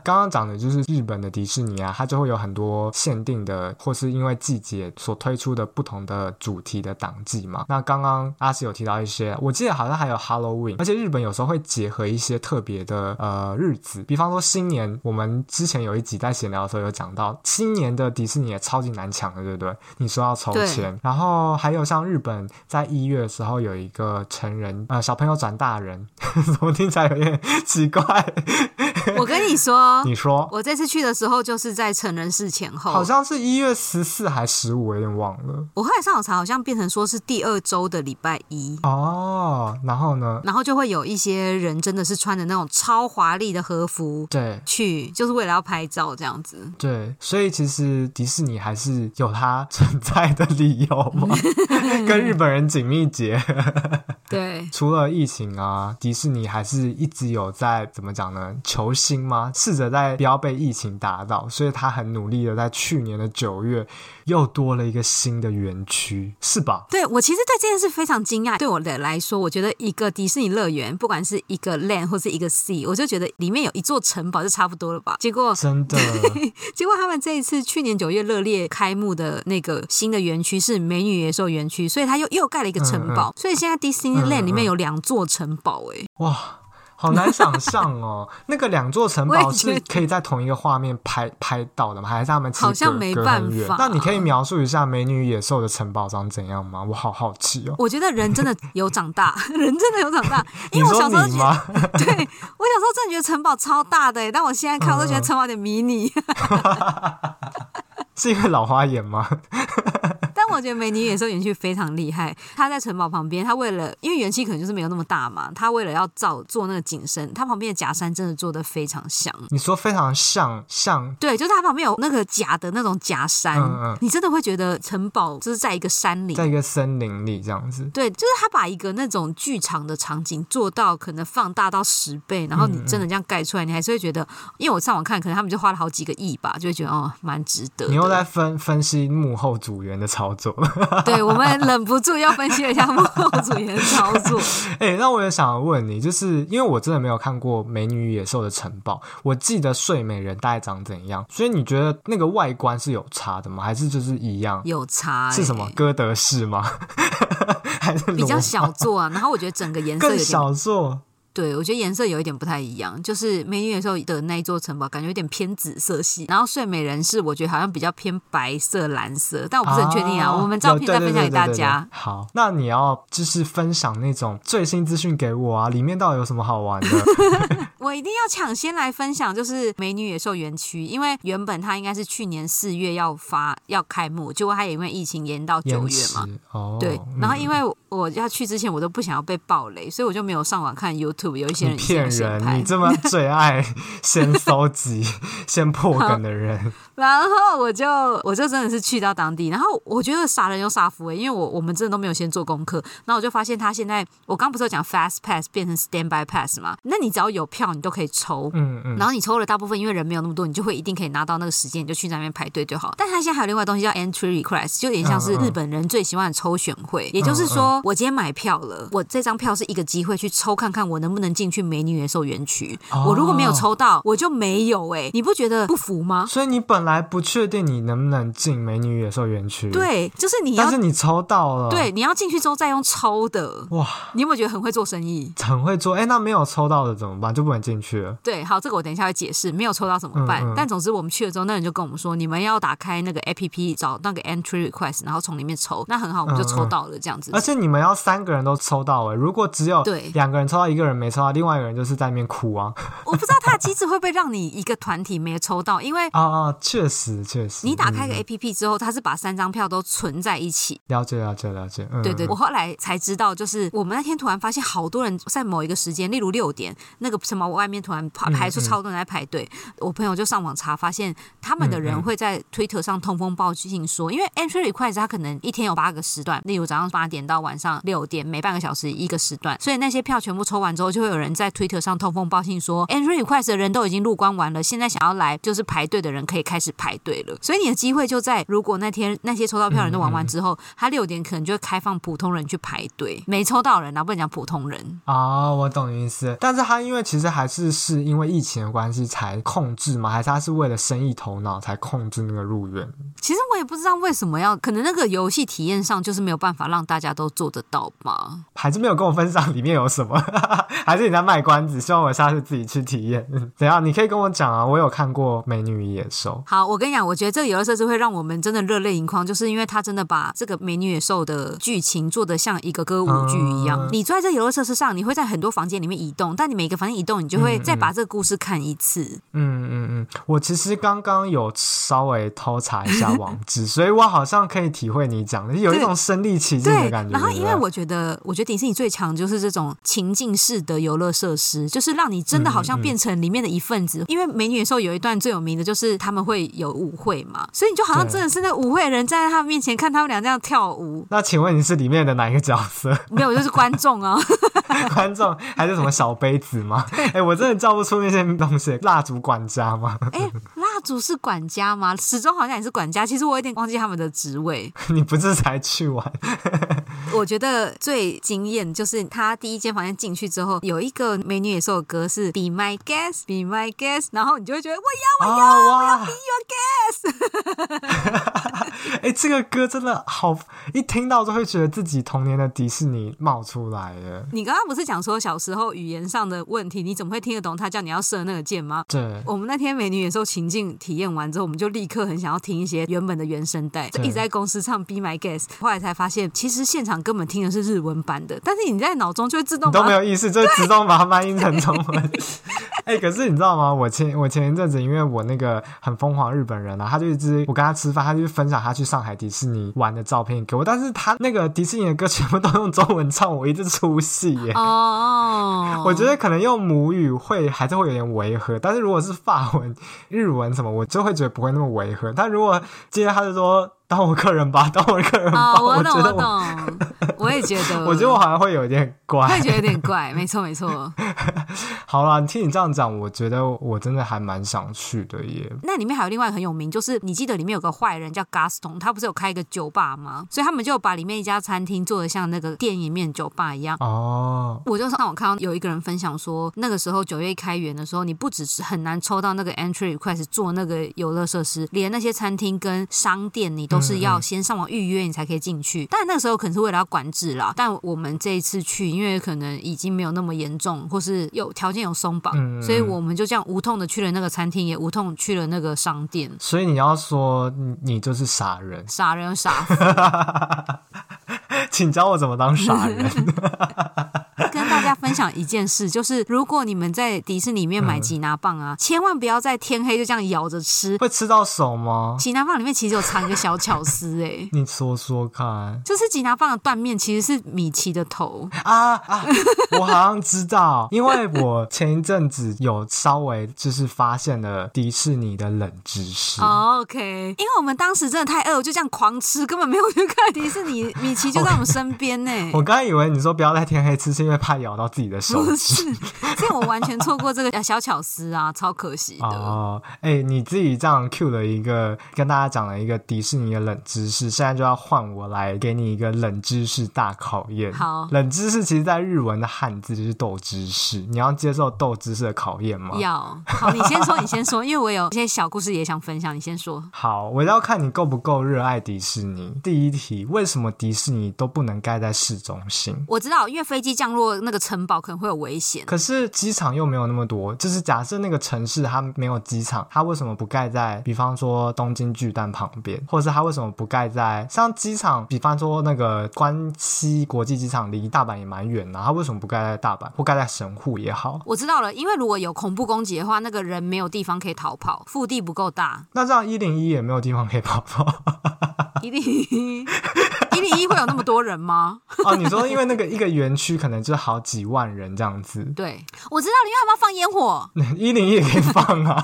B: 刚刚讲的就是日本的迪士尼啊，它就会有很多限定的，或是因为季节所推出的不同的主题的档季嘛。那刚刚阿西有提到一些，我记得好像还有 Halloween，而且日本有时候会结合一些特别的呃日子，比方说新年，我们之前有一集在闲聊的时候有讲到，新年的迪士尼也超级难抢的，对不对？你说要抽
A: 对
B: 签，然后还有像日本在一月的时候有一 (laughs) 个成人呃小朋友转大人，怎么听起来有点奇怪？
A: 我跟你说，
B: 你说，
A: 我这次去的时候就是在成人式前后，
B: 好像是一月十四还十五，我有点忘了。
A: 我后来上网查，好像变成说是第二周的礼拜一，
B: 哦，然后呢？
A: 然后就会有一些人真的是穿着那种超华丽的和服
B: 对
A: 去，就是为了要拍照这样子。
B: 对，所以其实迪士尼还是有它存在的理由嘛，跟日本人紧密结合。 (laughs)
A: 对，
B: 除了疫情啊，迪士尼还是一直有在怎么讲呢？求新吗？试着在不要被疫情打倒，所以他很努力的在去年的九月又多了一个新的园区，是吧？
A: 对我其实对这件事非常惊讶。对我的来说，我觉得一个迪士尼乐园，不管是一个 land 或是一个 sea，我就觉得里面有一座城堡就差不多了吧。结果
B: 真的，
A: 结果他们这一次去年九月热烈开幕的那个新的园区是美女野兽园区，所以他又又盖了
B: 嗯
A: 一个城堡，所以现在 Disneyland 里面有两座城堡、欸，哎、
B: 哇，好难想象哦。 (laughs) 那个两座城堡
A: 我也觉得
B: 是可以在同一个画面拍拍到的吗？还是他们其实
A: 好像
B: 隔
A: 没
B: 隔很
A: 办
B: 远
A: 法
B: 那你可以描述一下美女与野兽的城堡长怎样吗？我好好奇哦。
A: 我觉得人真的有长大， (laughs) 人真的有长大，因为我
B: 你
A: 小时
B: 说
A: 候
B: 你
A: 觉得，
B: 吗？ (laughs)
A: 对我小时候真的觉得城堡超大的、欸，但我现在看我都觉得
B: 嗯
A: 城堡有点迷你。 (laughs)
B: 是因为老花眼吗？
A: 但我觉得美女野兽园区非常厉害，它在城堡旁边，它为了因为园区可能就是没有那么大嘛，它为了要造做那个景深，它旁边的假山真的做的非常像。
B: 你说非常像像
A: 对，就是它旁边有那个假的那种假山，
B: 嗯嗯
A: 你真的会觉得城堡就是在一个山里。
B: 在一个森林里这样子，
A: 对，就是他把一个那种剧场的场景做到可能放大到十倍，然后
B: 嗯
A: 你真的这样盖出来，你还是会觉得，因为我上网看，可能他们就花了好几个亿吧，就会觉得哦，蛮值得的。
B: 你又在分分析幕后组员的操作。
A: 对我们忍不住要分析了一下幕后组员的操作。
B: (laughs) 哎、那我也想问你，就是因为我真的没有看过《美女与野兽》的城堡，我记得睡美人大概长怎样，所以你觉得那个外观是有差的吗？还是就是一样？
A: 有差、欸、
B: 是什么？哥德式吗？ (laughs) 还是
A: 比较
B: 罗
A: 小做啊，然后我觉得整个颜色有
B: 更
A: 点，哦
B: 小做？
A: 对我觉得颜色有一点不太一样，就是美女野兽的那一座城堡感觉有点偏紫色系，然后睡美人是我觉得好像比较偏白色、蓝色，但我不是很确定啊，我们照片
B: 哦有
A: 再
B: 对
A: 分享给大
B: 对对对对
A: 家。
B: 对好，那你要就是分享那种最新资讯给我啊，里面到底有什么好玩的？
A: 我一定要抢先来分享，就是美女野兽园区，因为原本它应该是去年四月要发要开幕，结果它也因为疫情延到 (laughs) 九
B: 延
A: 月
B: 迟
A: 嘛。
B: 哦，
A: 对，然后
B: 嗯
A: 因为我要去之前，我都不想要被暴雷，所以我就没有上网看 YouTube，有一些
B: 你
A: 人已经
B: 骗
A: 有先
B: 人！
A: 拍
B: 你这么最爱 (laughs) 先搜
A: (laughs)
B: 集、先破梗的人，
A: 然后我就我就真的是去到当地，然后我觉得傻人有傻福欸，因为我我们真的都没有先做功课，然后我就发现他现在我刚不是有讲 fast pass 变成 standby pass 嘛，那你只要有票你都可以抽。
B: 嗯嗯，
A: 然后你抽了大部分，因为人没有那么多，你就会一定可以拿到那个时间，你就去那边排队就好。但他现在还有另外东西叫 entry request，就有点像是
B: 嗯嗯
A: 日本人最喜欢的抽选会。也就是说，我今天买票了，我这张票是一个机会去抽看看我能不能进去美女野兽园区。
B: 哦
A: 我如果没有抽到，我就没有哎、你不觉得不服吗？
B: 所以你本来不确定你能不能进美女野兽园区，，
A: 对，就是你
B: 嗯但
A: 要
B: 是你啊抽到了，，
A: 对你要进去之后再用抽的，
B: 哇，
A: 你有没有觉得很会做生意？
B: 很会做。哎，那没有抽到的怎么办？就不能进去了。
A: 对，好，这个我等一下会解释，没有抽到怎么办？
B: 嗯嗯
A: 但总之我们去了之后，那人就跟我们说，你们要打开那个 A P P 找那个 entry request，然后从里面抽。那很好，我们就抽到了这样子。
B: 而且你们要三个人都抽到哎、如果只有
A: 对
B: 两个人抽到，一个人没抽到，另外一个人就是在那边哭啊 (laughs)
A: 我不知道它的机制会不会让你一个团体没有抽到，因为
B: 啊啊！确实确实，
A: 你打开
B: 嗯
A: 个 A P P 之后，它是把三张票都存在一起。
B: 了解了解了解，嗯，
A: 对对，
B: 嗯
A: 我后来才知道，就是我们那天突然发现，好多人在某一个时间，例如六点，那个什么外面突然排排出超多人在排队。我朋友就上网查，发现他们的人会在推特上通风报信说，因为 entry request 它可能一天有八个时段，例如早上八点到晚上六点，每半个小时一个时段，所以那些票全部抽完之后，就会有人在推特上通风报信说，entry request 的人都已经入关完了，现在想要来就是排队的人可以开始排队了。所以你的机会就在，如果那天那些抽到票的人都玩完之后，他六点可能就会开放普通人去排队，没抽到人啊，不能讲普通人。
B: 啊、我懂你意思，但是他因为其实还是是因为疫情的关系才控制吗？还是他是为了生意头脑才控制那个入园？
A: 其实我也不知道为什么要，可能那个游戏体验上就是没有办法让大家都做得到吧。
B: 还是没有跟我分享里面有什么， (laughs) 还是你在卖关子？希望我下次自己去体验。 (laughs) 怎样？你可以跟我讲啊，我有看过《美女与野兽》。
A: 好，我跟你讲，我觉得这个游乐设施会让我们真的热泪盈眶，就是因为它真的把这个《美女野兽》的剧情做得像一个歌舞剧一样。
B: 嗯
A: 你坐在这游乐设施上，你会在很多房间里面移动，但你每个房间移动，你就会再把这个故事看一次。
B: 嗯嗯嗯，我其实刚刚有稍微偷查一下网址，所以我好像可以体会你讲的，有一
A: 对
B: 种身临其境
A: 对
B: 的，感觉。
A: 然后
B: 对不
A: 因
B: 对
A: 为我觉得，我觉得迪士尼最强就是这种情境式的游乐设施，就是让你真的
B: 嗯
A: 好像变成里面的一份子。因为美女野兽有一段最有名的就是他们会有舞会嘛，所以你就好像
B: 对
A: 真的是那舞会的人站在他们面前看他们俩这样跳舞，
B: 那请问你是里面的哪一个角色？ (laughs)
A: 没有就是观众啊，
B: 观众还是什么小杯子吗？哎、我真的叫不出那些东西。蜡烛管家吗？ (laughs)
A: 哎，蜡烛是管家吗？始终好像也是管家，其实我有点忘记他们的职
B: (laughs)
A: 位。
B: 你不是才去玩？
A: 我觉得最惊艳就是他第一间房间进去之后，有一个美女野兽的歌是 Be My Guest, Be My Guest，然后你就会觉得我要
B: 啊哇！
A: Your Guest。
B: (laughs) 哎、这个歌真的好，一听到就会觉得自己童年的迪士尼冒出来了。
A: 你刚刚不是讲说小时候语言上的问题，你怎么会听得懂他叫你要射那个箭吗？
B: 对，
A: 我们那天美女野兽情境体验完之后，我们就立刻很想要听一些原本的原声带，就
B: 对
A: 一直在公司唱《Be My Guest》，后来才发现其实现场根本听的是日文版的，但是你在脑中就会自动
B: 你都
A: 把
B: 没有意识，就自动把它翻译成中
A: (laughs)
B: 文。哎、可是你知道吗？我前我前一阵子，因为我那个很疯狂的日本人啊，他就一直我跟他吃饭，他就分享他去上海迪士尼玩的照片给我，但是他那个迪士尼的歌全部都用中文唱，我一直出戏耶。
A: 哦，
B: (laughs) 我觉得可能用母语会还是会有点违和，但是如果是法文、日文什么，我就会觉得不会那么违和。但如果今天他就说“当我客人吧，当我客人吧”，
A: 哦，我懂
B: 觉
A: 我
B: 得我，
A: 懂，我也觉得，
B: (laughs) 我觉得我好像会有点
A: 会
B: 怪。
A: 觉得有点怪，没错没错。
B: 好啦，听你这样讲，我觉得我真的还蛮想去的耶。
A: 那里面还有另外一个很有名，就是你记得里面有个坏人叫 Gaston，他不是有开一个酒吧吗？所以他们就把里面一家餐厅做的像那个电影里面的酒吧一样。
B: 哦，
A: 我就上网看到有一个人分享说，那个时候九月一开园的时候，你不只是很难抽到那个 entry request 做那个游乐设施，连那些餐厅跟商店你都是要先上网预约你才可以进去。但那个时候可能是为了要管制啦，但我们这一次去，因为可能已经没有那么严重，或是有条件有松绑，
B: 嗯嗯
A: 所以我们就这样无痛的去了那个餐厅，也无痛去了那个商店。
B: 所以你要说你你就是傻人， (laughs)
A: 傻人有傻福，
B: 请教我怎么当傻
A: (laughs)
B: 人。
A: 跟大家分享一件事，就是如果你们在迪士尼里面买吉拿棒啊，千万不要在天黑就这样咬着吃，
B: 会吃到手吗？，
A: 吉拿棒里面其实有藏一个小巧思、哎
B: 你说说看
A: 就是吉拿棒的断面其实是米奇的头，
B: 啊啊！我好像知道，因为我前一阵子有稍微就是发现了迪士尼的冷知识。
A: 哦 OK，因为我们当时真的太饿，我就这样狂吃，根本没有去看迪士尼，米奇就在我们身边呢、
B: 我刚才以为你说不要在天黑吃，是因为怕咬到自己的
A: (laughs)
B: 手
A: 不
B: 指。
A: 是，所以我完全错过这个小巧思啊，超可惜的。
B: 哦，哎、你自己这样 Q 了一个，跟大家讲了一个迪士尼的冷知识，现在就要换我来给你一个冷知识大考验。
A: 好
B: 冷知识其实在日文的汉字就是豆知识，你要接受豆知识的考验吗？
A: 要好，你先说，你先说，因为我有一些小故事也想分享，你先说。
B: 好，我要看你够不够热爱迪士尼。第一题，为什么迪士尼都不能盖在市中心？
A: 我知道，因为飞机降落那个城堡可能会有危险。
B: 可是机场又没有那么多，就是假设那个城市它没有机场，它为什么不盖在，比方说东京巨蛋旁边，或者是它为什么不盖在像机场，比方说那个关西国际机场离大阪也蛮远的、它为什么不盖在大阪或盖在神户也好？
A: 我知道了，因为如果有恐怖攻击的话，那个人没有地方可以逃跑，腹地不够大，
B: 那这样一零一也没有地方可以跑 (laughs) 跑
A: 一零一，一零一会有那么多人吗？ (laughs)
B: 哦。你说因为那个一个园区可能就好几万人这样子，
A: 对，我知道了，因为他们要放烟火。
B: (laughs) 一零一也可以放啊，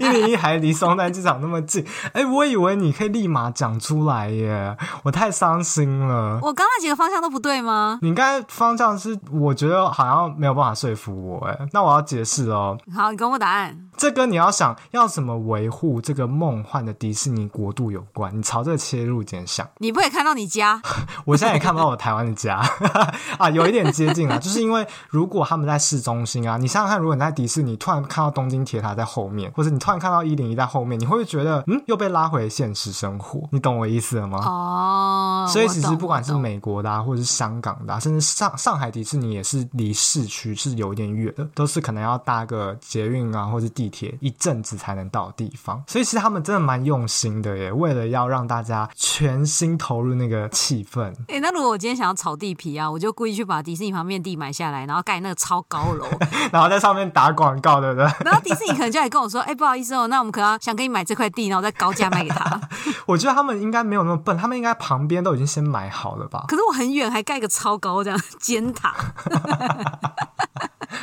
B: 一零一还离松山机场那么近。哎、我以为你可以立马讲出来耶，我太伤心了。
A: 我刚刚那几个方向都不对吗？
B: 你刚才方向是，我觉得好像没有办法说服我哎，那我要解释哦。
A: 好，你公布答案。
B: 这跟你要想要怎么维护这个梦幻的迪士尼国度有关。你朝这个切入点想，
A: 你不可以看到你家，
B: 我现在也看不到我台湾的家 (laughs) 啊，有一点接近啊，就是因为如果他们在市中心啊，你想想看，如果你在迪士尼突然看到东京铁塔在后面，或者你突然看到一零一在后面，你会觉得嗯，又被拉回现实生活，你懂我意思了吗？
A: 哦，
B: 所以其
A: 我
B: 实
A: 懂
B: 不管是
A: 我懂
B: 美国的、啊，或者是香港的、啊，甚至上上海迪士尼也是离市区是有一点远的，都是可能要搭个捷运啊，或是地铁一阵子才能到的地方。所以其实他们真的蛮用心的耶，为了要让大家全心投入那个气氛。
A: 诶，那如果我今天想要炒地皮啊，我就故意去把迪士尼旁边的地买下来，然后盖那个超高楼，
B: 然后在上面打广告，对不 (laughs) 对？
A: 然后迪士尼可能就来跟我说：“哎、不好意思哦，那我们可能要想给你买这块地，然后再高价卖给他。 (laughs)
B: 我觉得他们应该没有那么笨，他们应该旁边都已经先买好了吧， (laughs)
A: 可是我很远，还盖个超高这样尖塔。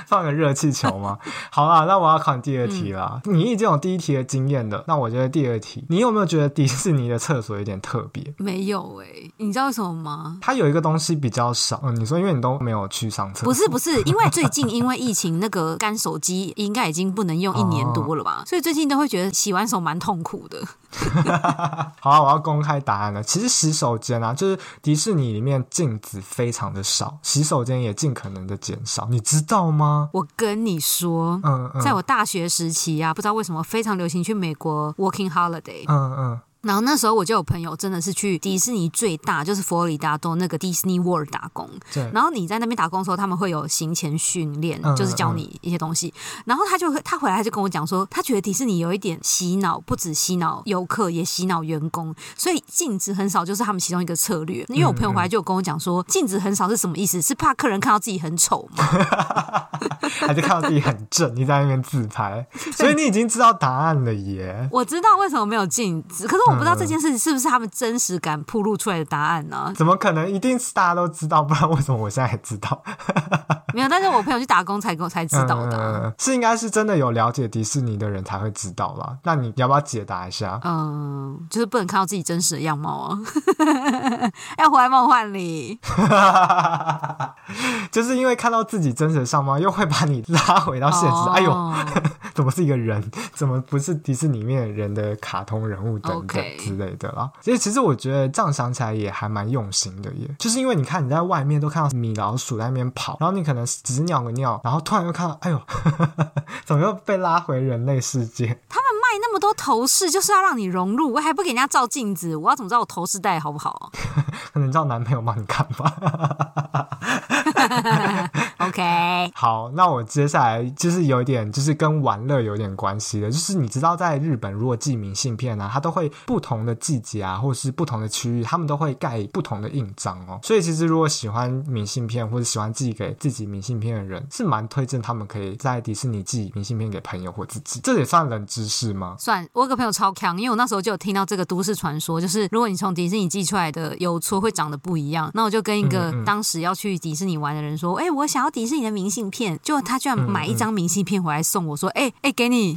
B: 放个热气球吗？ (laughs) 好啦，那我要考你第二题啦。你已经有第一题的经验了，那我觉得第二题，你有没有觉得迪士尼的厕所有点特别？”
A: 没有哎、你知道为什么吗？
B: 它有一个东西比较少，嗯，你说因为你都没有去上 (laughs) 厕所，
A: 不是不是，因为最近因为疫情，那个干手机应该已经不能用一年多了
B: 嗯
A: 吧，所以最近都会觉得洗完手蛮痛苦的。
B: 好、啊，我要公开答案了。其实洗手间啊，就是迪士尼里面镜子非常的少，洗手间也尽可能的减少，你知道吗？
A: 我跟你说，
B: 嗯嗯，
A: 在我大学时期啊，不知道为什么非常流行去美国 working holiday，
B: 嗯嗯
A: 然后那时候我就有朋友真的是去迪士尼最大就是佛罗里达州那个 Disney World 打工，
B: 对
A: 然后你在那边打工的时候，他们会有行前训练
B: 嗯，
A: 就是教你一些东西。然后他就他回来他就跟我讲说，他觉得迪士尼有一点洗脑，不止洗脑游客，也洗脑员工，所以禁止很少就是他们其中一个策略。因为我
B: 嗯
A: 朋友回来就有跟我讲说，禁止很少是什么意思？是怕客人看到自己很丑吗？ (laughs)
B: 还是看到自己很正，你在那边自拍，所以你已经知道答案了耶。
A: 我知道为什么没有禁止，可是我不知道这
B: 嗯
A: 件事是不是他们真实感铺露出来的答案呢、 (laughs)
B: 怎么可能？一定是大家都知道，不然为什么我现在还知道？
A: 没有，但是我朋友去打工才跟我才知道的啊、
B: 嗯、是应该是真的有了解迪士尼的人才会知道啦。那你要不要解答一下？
A: 嗯，就是不能看到自己真实的样貌啊， (laughs) 要活在梦幻里。
B: (laughs) 就是因为看到自己真实的相貌，又会把你拉回到现实。
A: 哦
B: 哎呦，
A: 呦，
B: 怎么是一个人？怎么不是迪士尼里面人的卡通人物等等
A: OK
B: 之类的啦？所以其实我觉得这样想起来也还蛮用心的耶，就是因为你看你在外面都看到米老鼠在那边跑，然后你可能只是尿个尿，然后突然又看到，哎呦， (laughs) 怎么又被拉回人类世界？
A: 卖那么多头饰就是要让你融入，我还不给人家照镜子，我要怎么知道我头饰戴得好不好
B: 可能叫男朋友帮你看吧。 (laughs)
A: ？OK，
B: 好，那我接下来就是有点就是跟玩乐有点关系的，就是你知道在日本如果寄明信片啊，它都会不同的季节啊，或是不同的区域，他们都会盖不同的印章哦。所以其实如果喜欢明信片或者喜欢寄给自己明信片的人，是蛮推荐他们可以在迪士尼寄明信片给朋友或自己。这也算冷知识吗？ (laughs)
A: 算我有个朋友超强，因为我那时候就有听到这个都市传说，就是如果你从迪士尼寄出来的邮戳会长得不一样。那我就跟一个
B: 嗯嗯
A: 当时要去迪士尼玩的人说：“哎、我想要迪士尼的明信片。”结果他居然
B: 嗯
A: 买一张明信片回来送我，说：“哎、哎、给你。”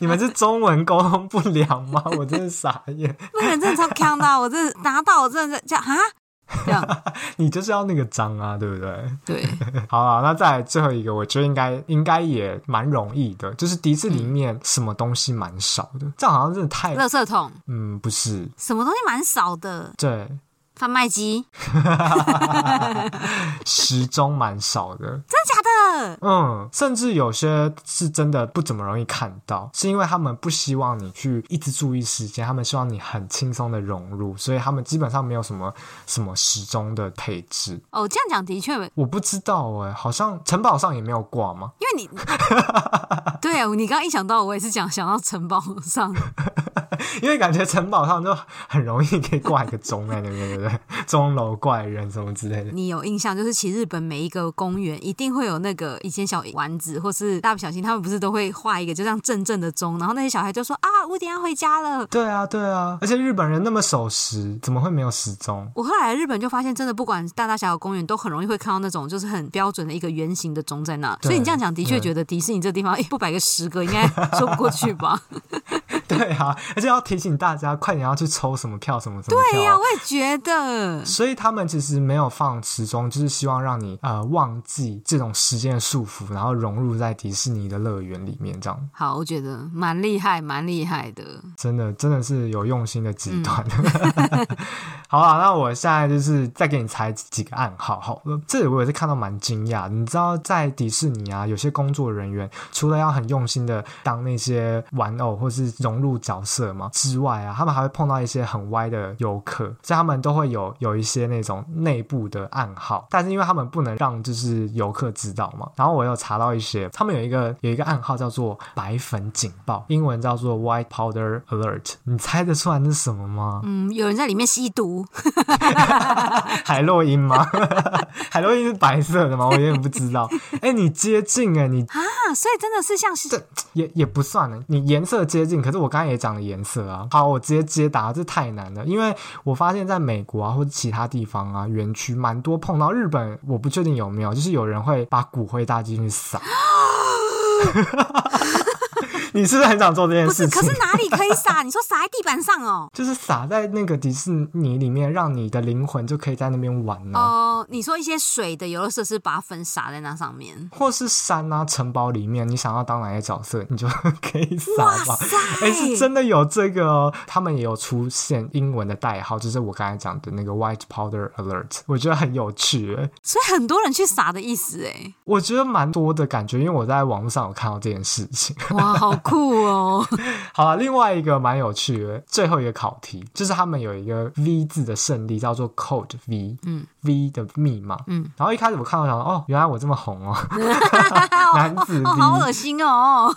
B: 你们是中文沟通不良吗？ (laughs) 我真的傻眼。
A: 那个人真的超强的啊，我真的拿到，我真的是这样啊，这样
B: 你就是要那个章啊，对不对？
A: 对，
B: 好了，那再来最后一个，我觉得应该应该也蛮容易的，就是迪士尼里面什么东西蛮少的，这样好像真的太
A: 垃圾桶
B: 嗯不是
A: 什么东西蛮少的，
B: 对。
A: 贩卖机
B: 时钟蛮少的，
A: 真的假的？
B: 嗯，甚至有些是真的不怎么容易看到，是因为他们不希望你去一直注意时间，他们希望你很轻松的融入，所以他们基本上没有什么什么时钟的配置。
A: 哦，这样讲的确，因
B: 我不知道哎、好像城堡上也没有挂吗？
A: 为你 (laughs) 对啊，你刚刚一想到，我也是讲想到城堡上， (laughs)
B: 因为感觉城堡上就很容易可以挂一个钟在那边，对不 (laughs) 对？钟楼怪人什么之类的。
A: 你有印象就是，其实日本每一个公园一定会有那个以前小丸子或是蜡笔小新，他们不是都会画一个就这样正正的钟，然后那些小孩就说啊，五点要回家了。
B: 对啊，对啊，而且日本人那么守时，怎么会没有时钟？ (laughs)
A: 我后来来日本就发现，真的不管大大小小公园，都很容易会看到那种就是很标准的一个圆形的钟在那。
B: 对
A: 所以你这样讲，的确
B: 对
A: 觉得迪士尼这地方、诶不摆个十个应该说不过去吧？
B: 对啊，而且要提醒大家快点要去抽什么票什么什么票。
A: 哎对呀、啊我也觉得。
B: 所以他们其实没有放时钟，就是希望让你呃忘记这种时间的束缚，然后融入在迪士尼的乐园里面，这样
A: 好，我觉得蛮厉害，蛮厉害的。
B: 真的真的是有用心的
A: 嗯
B: 集团。好啊，那我现在就是再给你猜几个暗号。好了，这里我也是看到蛮惊讶的。你知道在迪士尼啊，有些工作人员除了要很用心的当那些玩偶或是融入角色嘛之外啊，他们还会碰到一些很歪的游客，所以他们都会有有一些那种内部的暗号，但是因为他们不能让就是游客知道嘛。然后我有查到一些，他们有一个有一个暗号叫做白粉警报，英文叫做 White Powder Alert。你猜得出来那是什么吗？
A: 嗯，有人在里面吸毒，
B: 海洛
A: (laughs)
B: 因吗？海洛因是白色的吗？我有点不知道。哎、你接近哎、你
A: 啊，所以真的是像是
B: 也也不算了，你颜色接近，可是我刚才也讲了颜色啊。好，我直接接答，这太难了，因为我发现在美国啊或者其他地方啊园区蛮多碰到日本，我不确定有没有，就是有人会把骨灰搭进
A: (laughs)
B: 去撒。你是不是很想做这件
A: 不
B: 事
A: 是？
B: 情？
A: 可是哪里可以
B: (laughs)
A: 撒？你说撒在地板上哦？
B: 就是撒在那个迪士尼里面，让你的灵魂就可以在那边玩啊呢、
A: 哦，你说一些水的游乐设施，把粉撒在那上
B: (laughs)
A: 面。
B: 或是山啊、城堡里面，你想要当哪些角色，你就 (laughs) 可以撒吧
A: 哇。塞
B: 哎、是真的有这个哦，他们也有出现英文的代号，就是我刚才讲的那个 White Powder Alert，我觉得很有趣耶。
A: 所以很多人去撒的意思
B: (laughs)
A: 哎，
B: 我觉得蛮多的感觉，因为我在网络上有看到这件事情。 (laughs)
A: 哇，好酷哦！
B: 好了，另外一个蛮有趣的，最后一个考题就是他们有一个 V 字的胜利，叫做 Code V，嗯，V 的密码，嗯，然后一开始我看到想说，哦，原来我这么红哦， (laughs) (laughs) 男子 V，、
A: 哦，好恶心
B: (laughs)
A: 哦！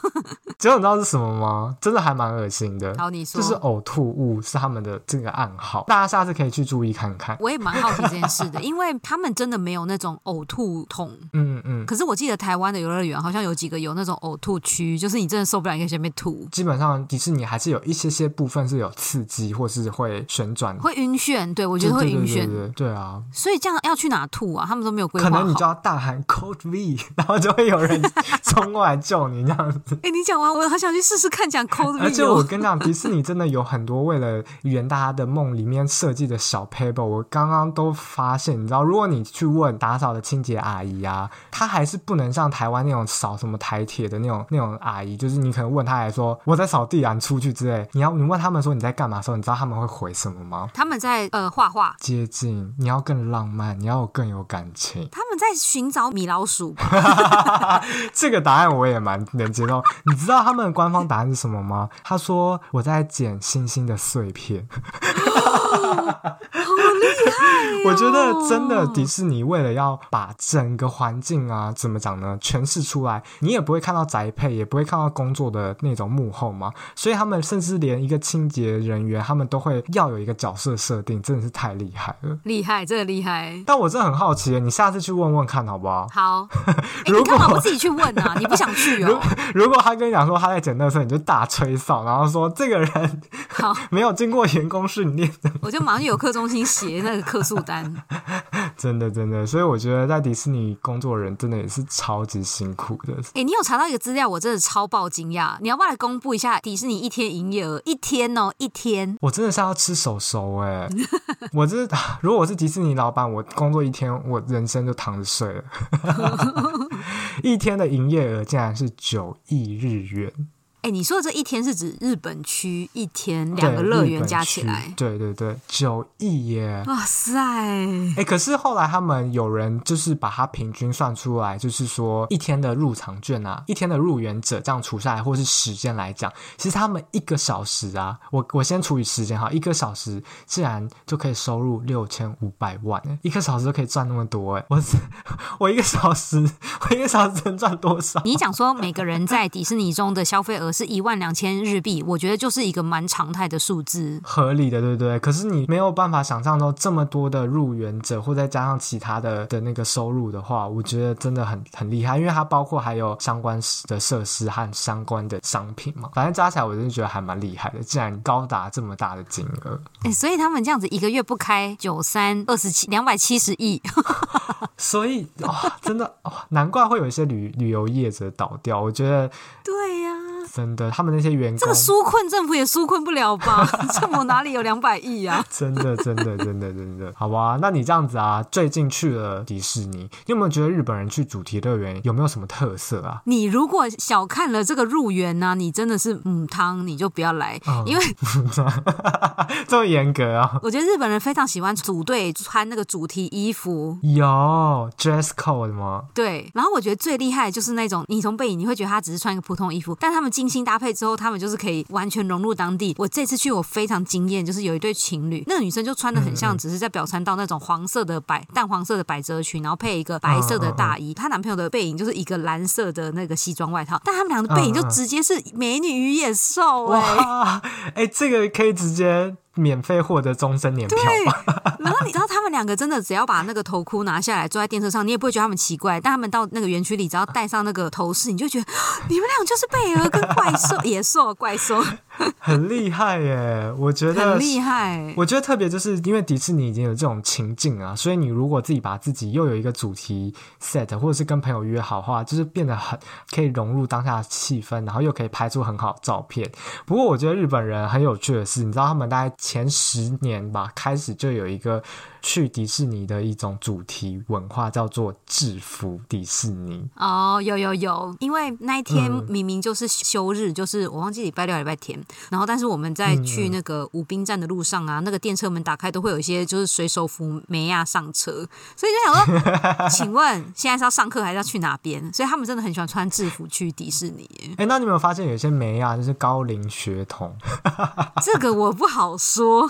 B: 结果你知道是什么吗？真的还蛮恶心的。
A: 好，你说，
B: 就是呕吐物是他们的这个暗号，大家下次可以去注意看看。
A: 我也蛮好奇这件事的，因为他们真的没有那种呕吐桶。
B: 嗯嗯，
A: 可是我记得台湾的游乐园好像有几个有那种呕吐区，就是你真的受不了，你可以在那边吐，
B: 基本上迪士尼还是有一些些部分是有刺激或是会旋转，
A: 会晕眩。对，我觉得会晕
B: 对对对
A: 眩。
B: 对对对啊，
A: 所以这样要去哪吐啊？他们都没有规
B: 可
A: 划
B: 能你就
A: 好。
B: 要大喊 Code V，然后就会有人 (laughs) 冲过来救你这样子。
A: 哎、你讲完，我好想去试试看 (laughs) 讲哦 cold
B: 而且我
A: video。
B: 跟你讲，迪士尼真的有很多为了圆大家的梦里面设计的小 paper，我刚刚都发现，你知道，如果你去问打扫的清洁阿姨啊，她还是不能像台湾那种扫什么台铁的那种那种阿姨，就是你可能问她来说我在扫地啊，你出去之类，你要你问他们说你在干嘛的时候，你知道他们会回什么吗？
A: 他们在呃画画，
B: 接近，你要更浪漫，你要有更有感情。 (laughs)
A: 他们在寻找米老鼠 (laughs) 吧。
B: 这个答案我也蛮能接受。你知道他们的官方答案是什么吗？他说我在捡星星的碎片。我觉
A: 哦
B: 得真的迪士尼为了要把整个环境啊，怎么讲呢，诠释出来，你也不会看到宅配，也不会看到工作的那种幕后嘛。所以他们甚至连一个清洁人员，他们都会要有一个角色设定，真的是太厉害了。
A: 厉害，真的厉害。
B: 但我真的很好奇，你下次去问问看好不好？ (laughs)
A: (laughs) 好，哎，
B: 如
A: 你干嘛
B: 果
A: 不自己去问啊？你不想去
B: 如
A: 哦？
B: 如果他跟你讲说他在捡垃圾，你就大吹哨，然后说这个人
A: 好，
B: 没有经过员工训练，
A: 我就马上去游客中心写那个客诉单。
B: 真的真的。所以我觉得在迪士尼工作的人真的也是超级辛苦的。
A: 哎、你有查到一个资料，我真的超爆惊讶。你要不要来公布一下迪士尼一天营业额？一天哦，一天。
B: 我真的是要吃手手
A: (laughs)
B: 哎、我这 (laughs) 如果我是迪士尼老板，我工作一天，我人生就躺着
A: (laughs)
B: 睡了。一天的营业额竟然是九亿日元，
A: 哎、你说的这一天是指日本区一天两个乐
B: 对日
A: 园
B: 本
A: 加起
B: 区
A: 来？
B: 对对对，九亿耶！
A: 哇塞！
B: 哎、可是后来他们有人就是把它平均算出来，就是说一天的入场券啊，一天的入园者这样除下来，或是时间来讲，其实他们一个小时啊，我我先除以时间哈，一个小时竟然就可以收入六千五百万、欸，一个小时就可以赚那么多哎、我 (laughs) 我一个小时， (laughs) 我一个小时能赚多少？
A: 你讲说每个人在迪士尼中的消费额是一万两千日币，我觉得就是一个蛮常态的数字。
B: 合理的，对不对？可是你没有办法想象到这么多的入园者，或再加上其他的的那个收入的话，我觉得真的很很厉害，因为它包括还有相关的设施和相关的商品嘛。反正加起来，我真的觉得还蛮厉害的，竟然高达这么大的金额，
A: 哎、所以他们这样子一个月不开九三二十七两百七十亿，
B: 所以哦哇、真的哇、难怪会有一些旅旅游业者倒掉。我觉得
A: 对呀、
B: 真的，他们那些员工，
A: 这个纾困政府也纾困不了 (laughs) 吧？政府哪里有两百亿啊？
B: 真的，真的，真的，真的，好吧，那你这样子啊，最近去了迪士尼，你有没有觉得日本人去主题乐园有没有什么特色啊？
A: 你如果小看了这个入园呢、你真的是母汤，你就不要来，因为
B: 这么严格啊、
A: 我觉得日本人非常喜欢组队穿那个主题衣服。
B: 有 dress code 吗？
A: 对，然后我觉得最厉害的就是那种，你从背影你会觉得他只是穿一个普通衣服，但他们精心搭配之后，他们就是可以完全融入当地。我这次去我非常惊艳，就是有一对情侣，那个女生就穿的
B: 嗯
A: 很像，只是在表参道那种黄色的百淡黄色的百褶裙，然后配一个白
B: 嗯
A: 色的大衣，她男朋友的背影就是一个蓝色的那个西装外套，但他们俩的背影就
B: 嗯嗯
A: 直接是美女与野兽哎、
B: 哇，哎、这个可以直接免费获得终身年票
A: 对，然后你知道他们两个真的只要把那个头箍拿下来，坐在电车上，你也不会觉得他们奇怪。但他们到那个园区里，只要戴上那个头饰，你就觉得你们俩就是贝儿跟怪兽、野兽、怪
B: (laughs)
A: 兽，
B: 很厉害耶！我觉得
A: 很厉害。
B: 我觉得特别就是因为迪士尼已经有这种情境啊，所以你如果自己把自己又有一个主题 set，或者是跟朋友约好的话，就是变得很可以融入当下的气氛，然后又可以拍出很好的照片。不过我觉得日本人很有趣的是，你知道他们大概前十年吧，开始就有一个去迪士尼的一种主题文化，叫做制服迪士尼。
A: 哦，有有有，因为那一天
B: 嗯
A: 明明就是休日，就是我忘记礼拜六、礼拜天，然后但是我们
B: 嗯
A: 在去那个武滨站的路上啊，那个电车门打开都会有一些就是水手服梅亚上车，所以就想说，
B: (laughs)
A: 请问现在是要上课还是要去哪边？所以他们真的很喜欢穿制服去迪士尼耶。
B: 哎，那你有没有发现有些梅亚就是高龄血统？
A: 这个我不好说，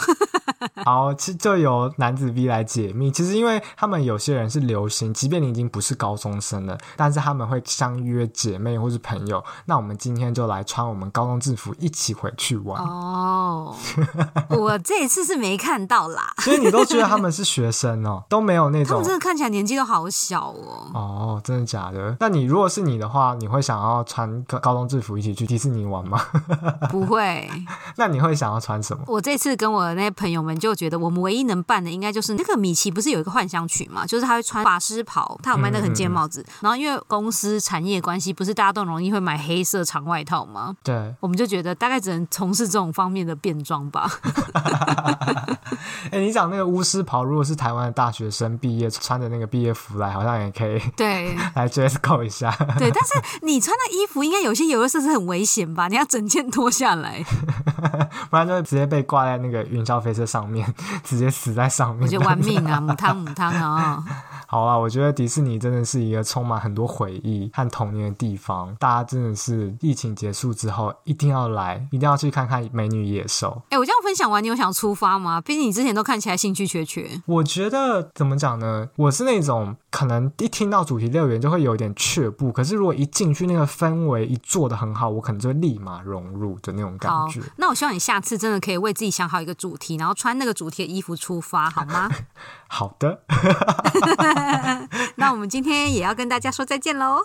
B: 好，其实就由男子 V 来解密。其实因为他们有些人是流行，即便你已经不是高中生了，但是他们会相约姐妹或是朋友。那我们今天就来穿我们高中制服一起回去玩。
A: 哦， (laughs) 我这一次是没看到啦。
B: 所以你都觉得他们是学
A: (laughs)
B: 生哦，都没有那
A: 他
B: 种
A: 们真的看起来年纪都好小哦。
B: 哦，真的假的？那你如果是你的话，你会想要穿高高中制服一起去迪士尼玩吗？ (laughs)
A: 不会，
B: 那你会想要穿什么？
A: 我这次跟我那些朋友们就觉得，我们唯一能办的应该就是那个米奇不是有一个幻想曲嘛，就是他会穿法师袍，他有卖那个很尖的帽子。然后因为公司产业关系，不是大家都很容易会买黑色长外套吗？
B: 对，
A: 我们就觉得大概只能从事这种方面的变装吧。
B: 哎、你讲那个巫师袍，如果是台湾的大学生毕业穿着那个毕业服来，好像也可以 (laughs)
A: 对
B: 来 dress code 一下。
A: 对，但是 (laughs) 你穿的衣服应该有些游乐设施很危险吧？你要整件脱下来。
B: 不然就会直接被挂在那个云霄飞车上面， (laughs) 直接死在上
A: 我
B: 面
A: 觉。得玩命啊，母汤母汤啊！
B: (laughs) 好啦，我觉得迪士尼真的是一个充满很多回忆和童年的地方，大家真的是疫情结束之后一定要来，一定要去看看《美女野兽》。
A: 哎、我这样分享完，你有想出发吗？毕竟你之前都看起来兴趣缺缺。
B: 我觉得怎么讲呢？我是那种可能一听到主题乐园就会有点却步，可是如果一进去那个氛围一做的很好，我可能就会立马融入的那种感
A: 好
B: 觉。，
A: 那我希望你下次真的可以为自己想好一个主题，然后穿那个主题的衣服出发，好
B: (laughs)
A: 吗？
B: 好的，
A: 那我们今天也要跟大家说再见喽。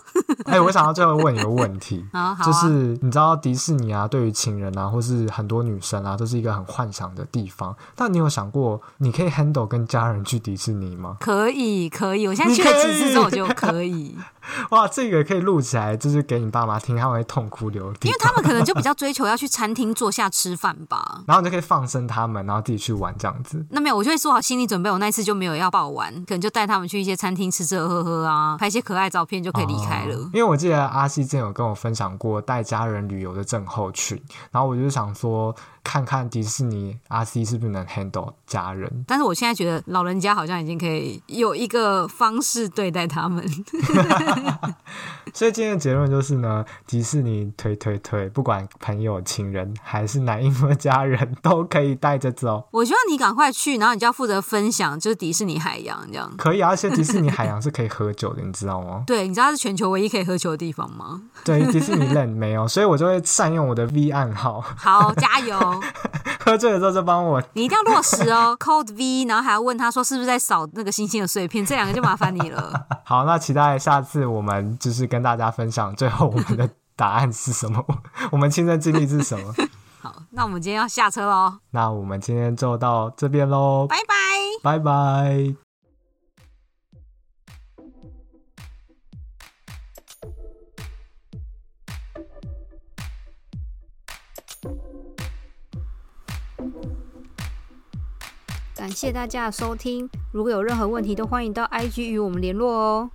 B: 哎、我想要最后问一个问题。
A: 好好、啊，
B: 就是你知道迪士尼啊，对于情人啊，或是很多女生啊，都是一个很幻想的地方。但你有想过，你可以 handle 跟家人去迪士尼吗？
A: 可以可以，我现在
B: 你
A: 去了
B: 可
A: 几次之后我
B: 以
A: 就可以，
B: 哇，这个可以录起来，就是给你爸妈听，他们会痛哭流涕
A: 因为。他们可能就比较追求要去餐厅坐下吃饭吧。
B: 然后你就可以放生他们，然后自己去玩这样子。
A: 那没有，我就会做好心理准备。我那一次就没有要报完，可能就带他们去一些餐厅吃吃喝喝啊，拍一些可爱照片就可以离开了。
B: 哦因为我记得阿西之前有跟我分享过带家人旅游的症候群，然后我就想说，看看迪士尼阿西是不是能 handle 家人。
A: 但是我现在觉得老人家好像已经可以有一个方式对待他们。 (laughs)
B: 所以今天的结论就是呢，迪士尼推推推，不管朋友、情人还是男婴和家人，都可以带着走。
A: 我希望你赶快去，然后你就要负责分享，就是迪士尼海洋这样。
B: 可以啊，而且迪士尼海洋是可以喝酒的，你知道
A: (laughs)
B: 吗？
A: 对，你知道它是全球唯一可以喝酒的地方吗？ (laughs)
B: 对，迪士尼 land 没有，所以我就会善用我的 V 暗号，
A: 好，加油！
B: 喝醉了之后就帮我。
A: 你一定要落实哦。Code V，然后还要问他说是不是在扫那个星星的碎片，这两个就麻烦你了。 (laughs)
B: 好，那期待下次我们就是跟大家分享最后我们的答案是什么， (laughs) 我们亲身经历是什么。
A: 好，那我们今天要下车喽，
B: 那我们今天就到这边喽，
A: 拜拜。
B: 拜拜。
A: 感谢大家的收听，如果有任何问题，都欢迎到 IG 与我们联络哦。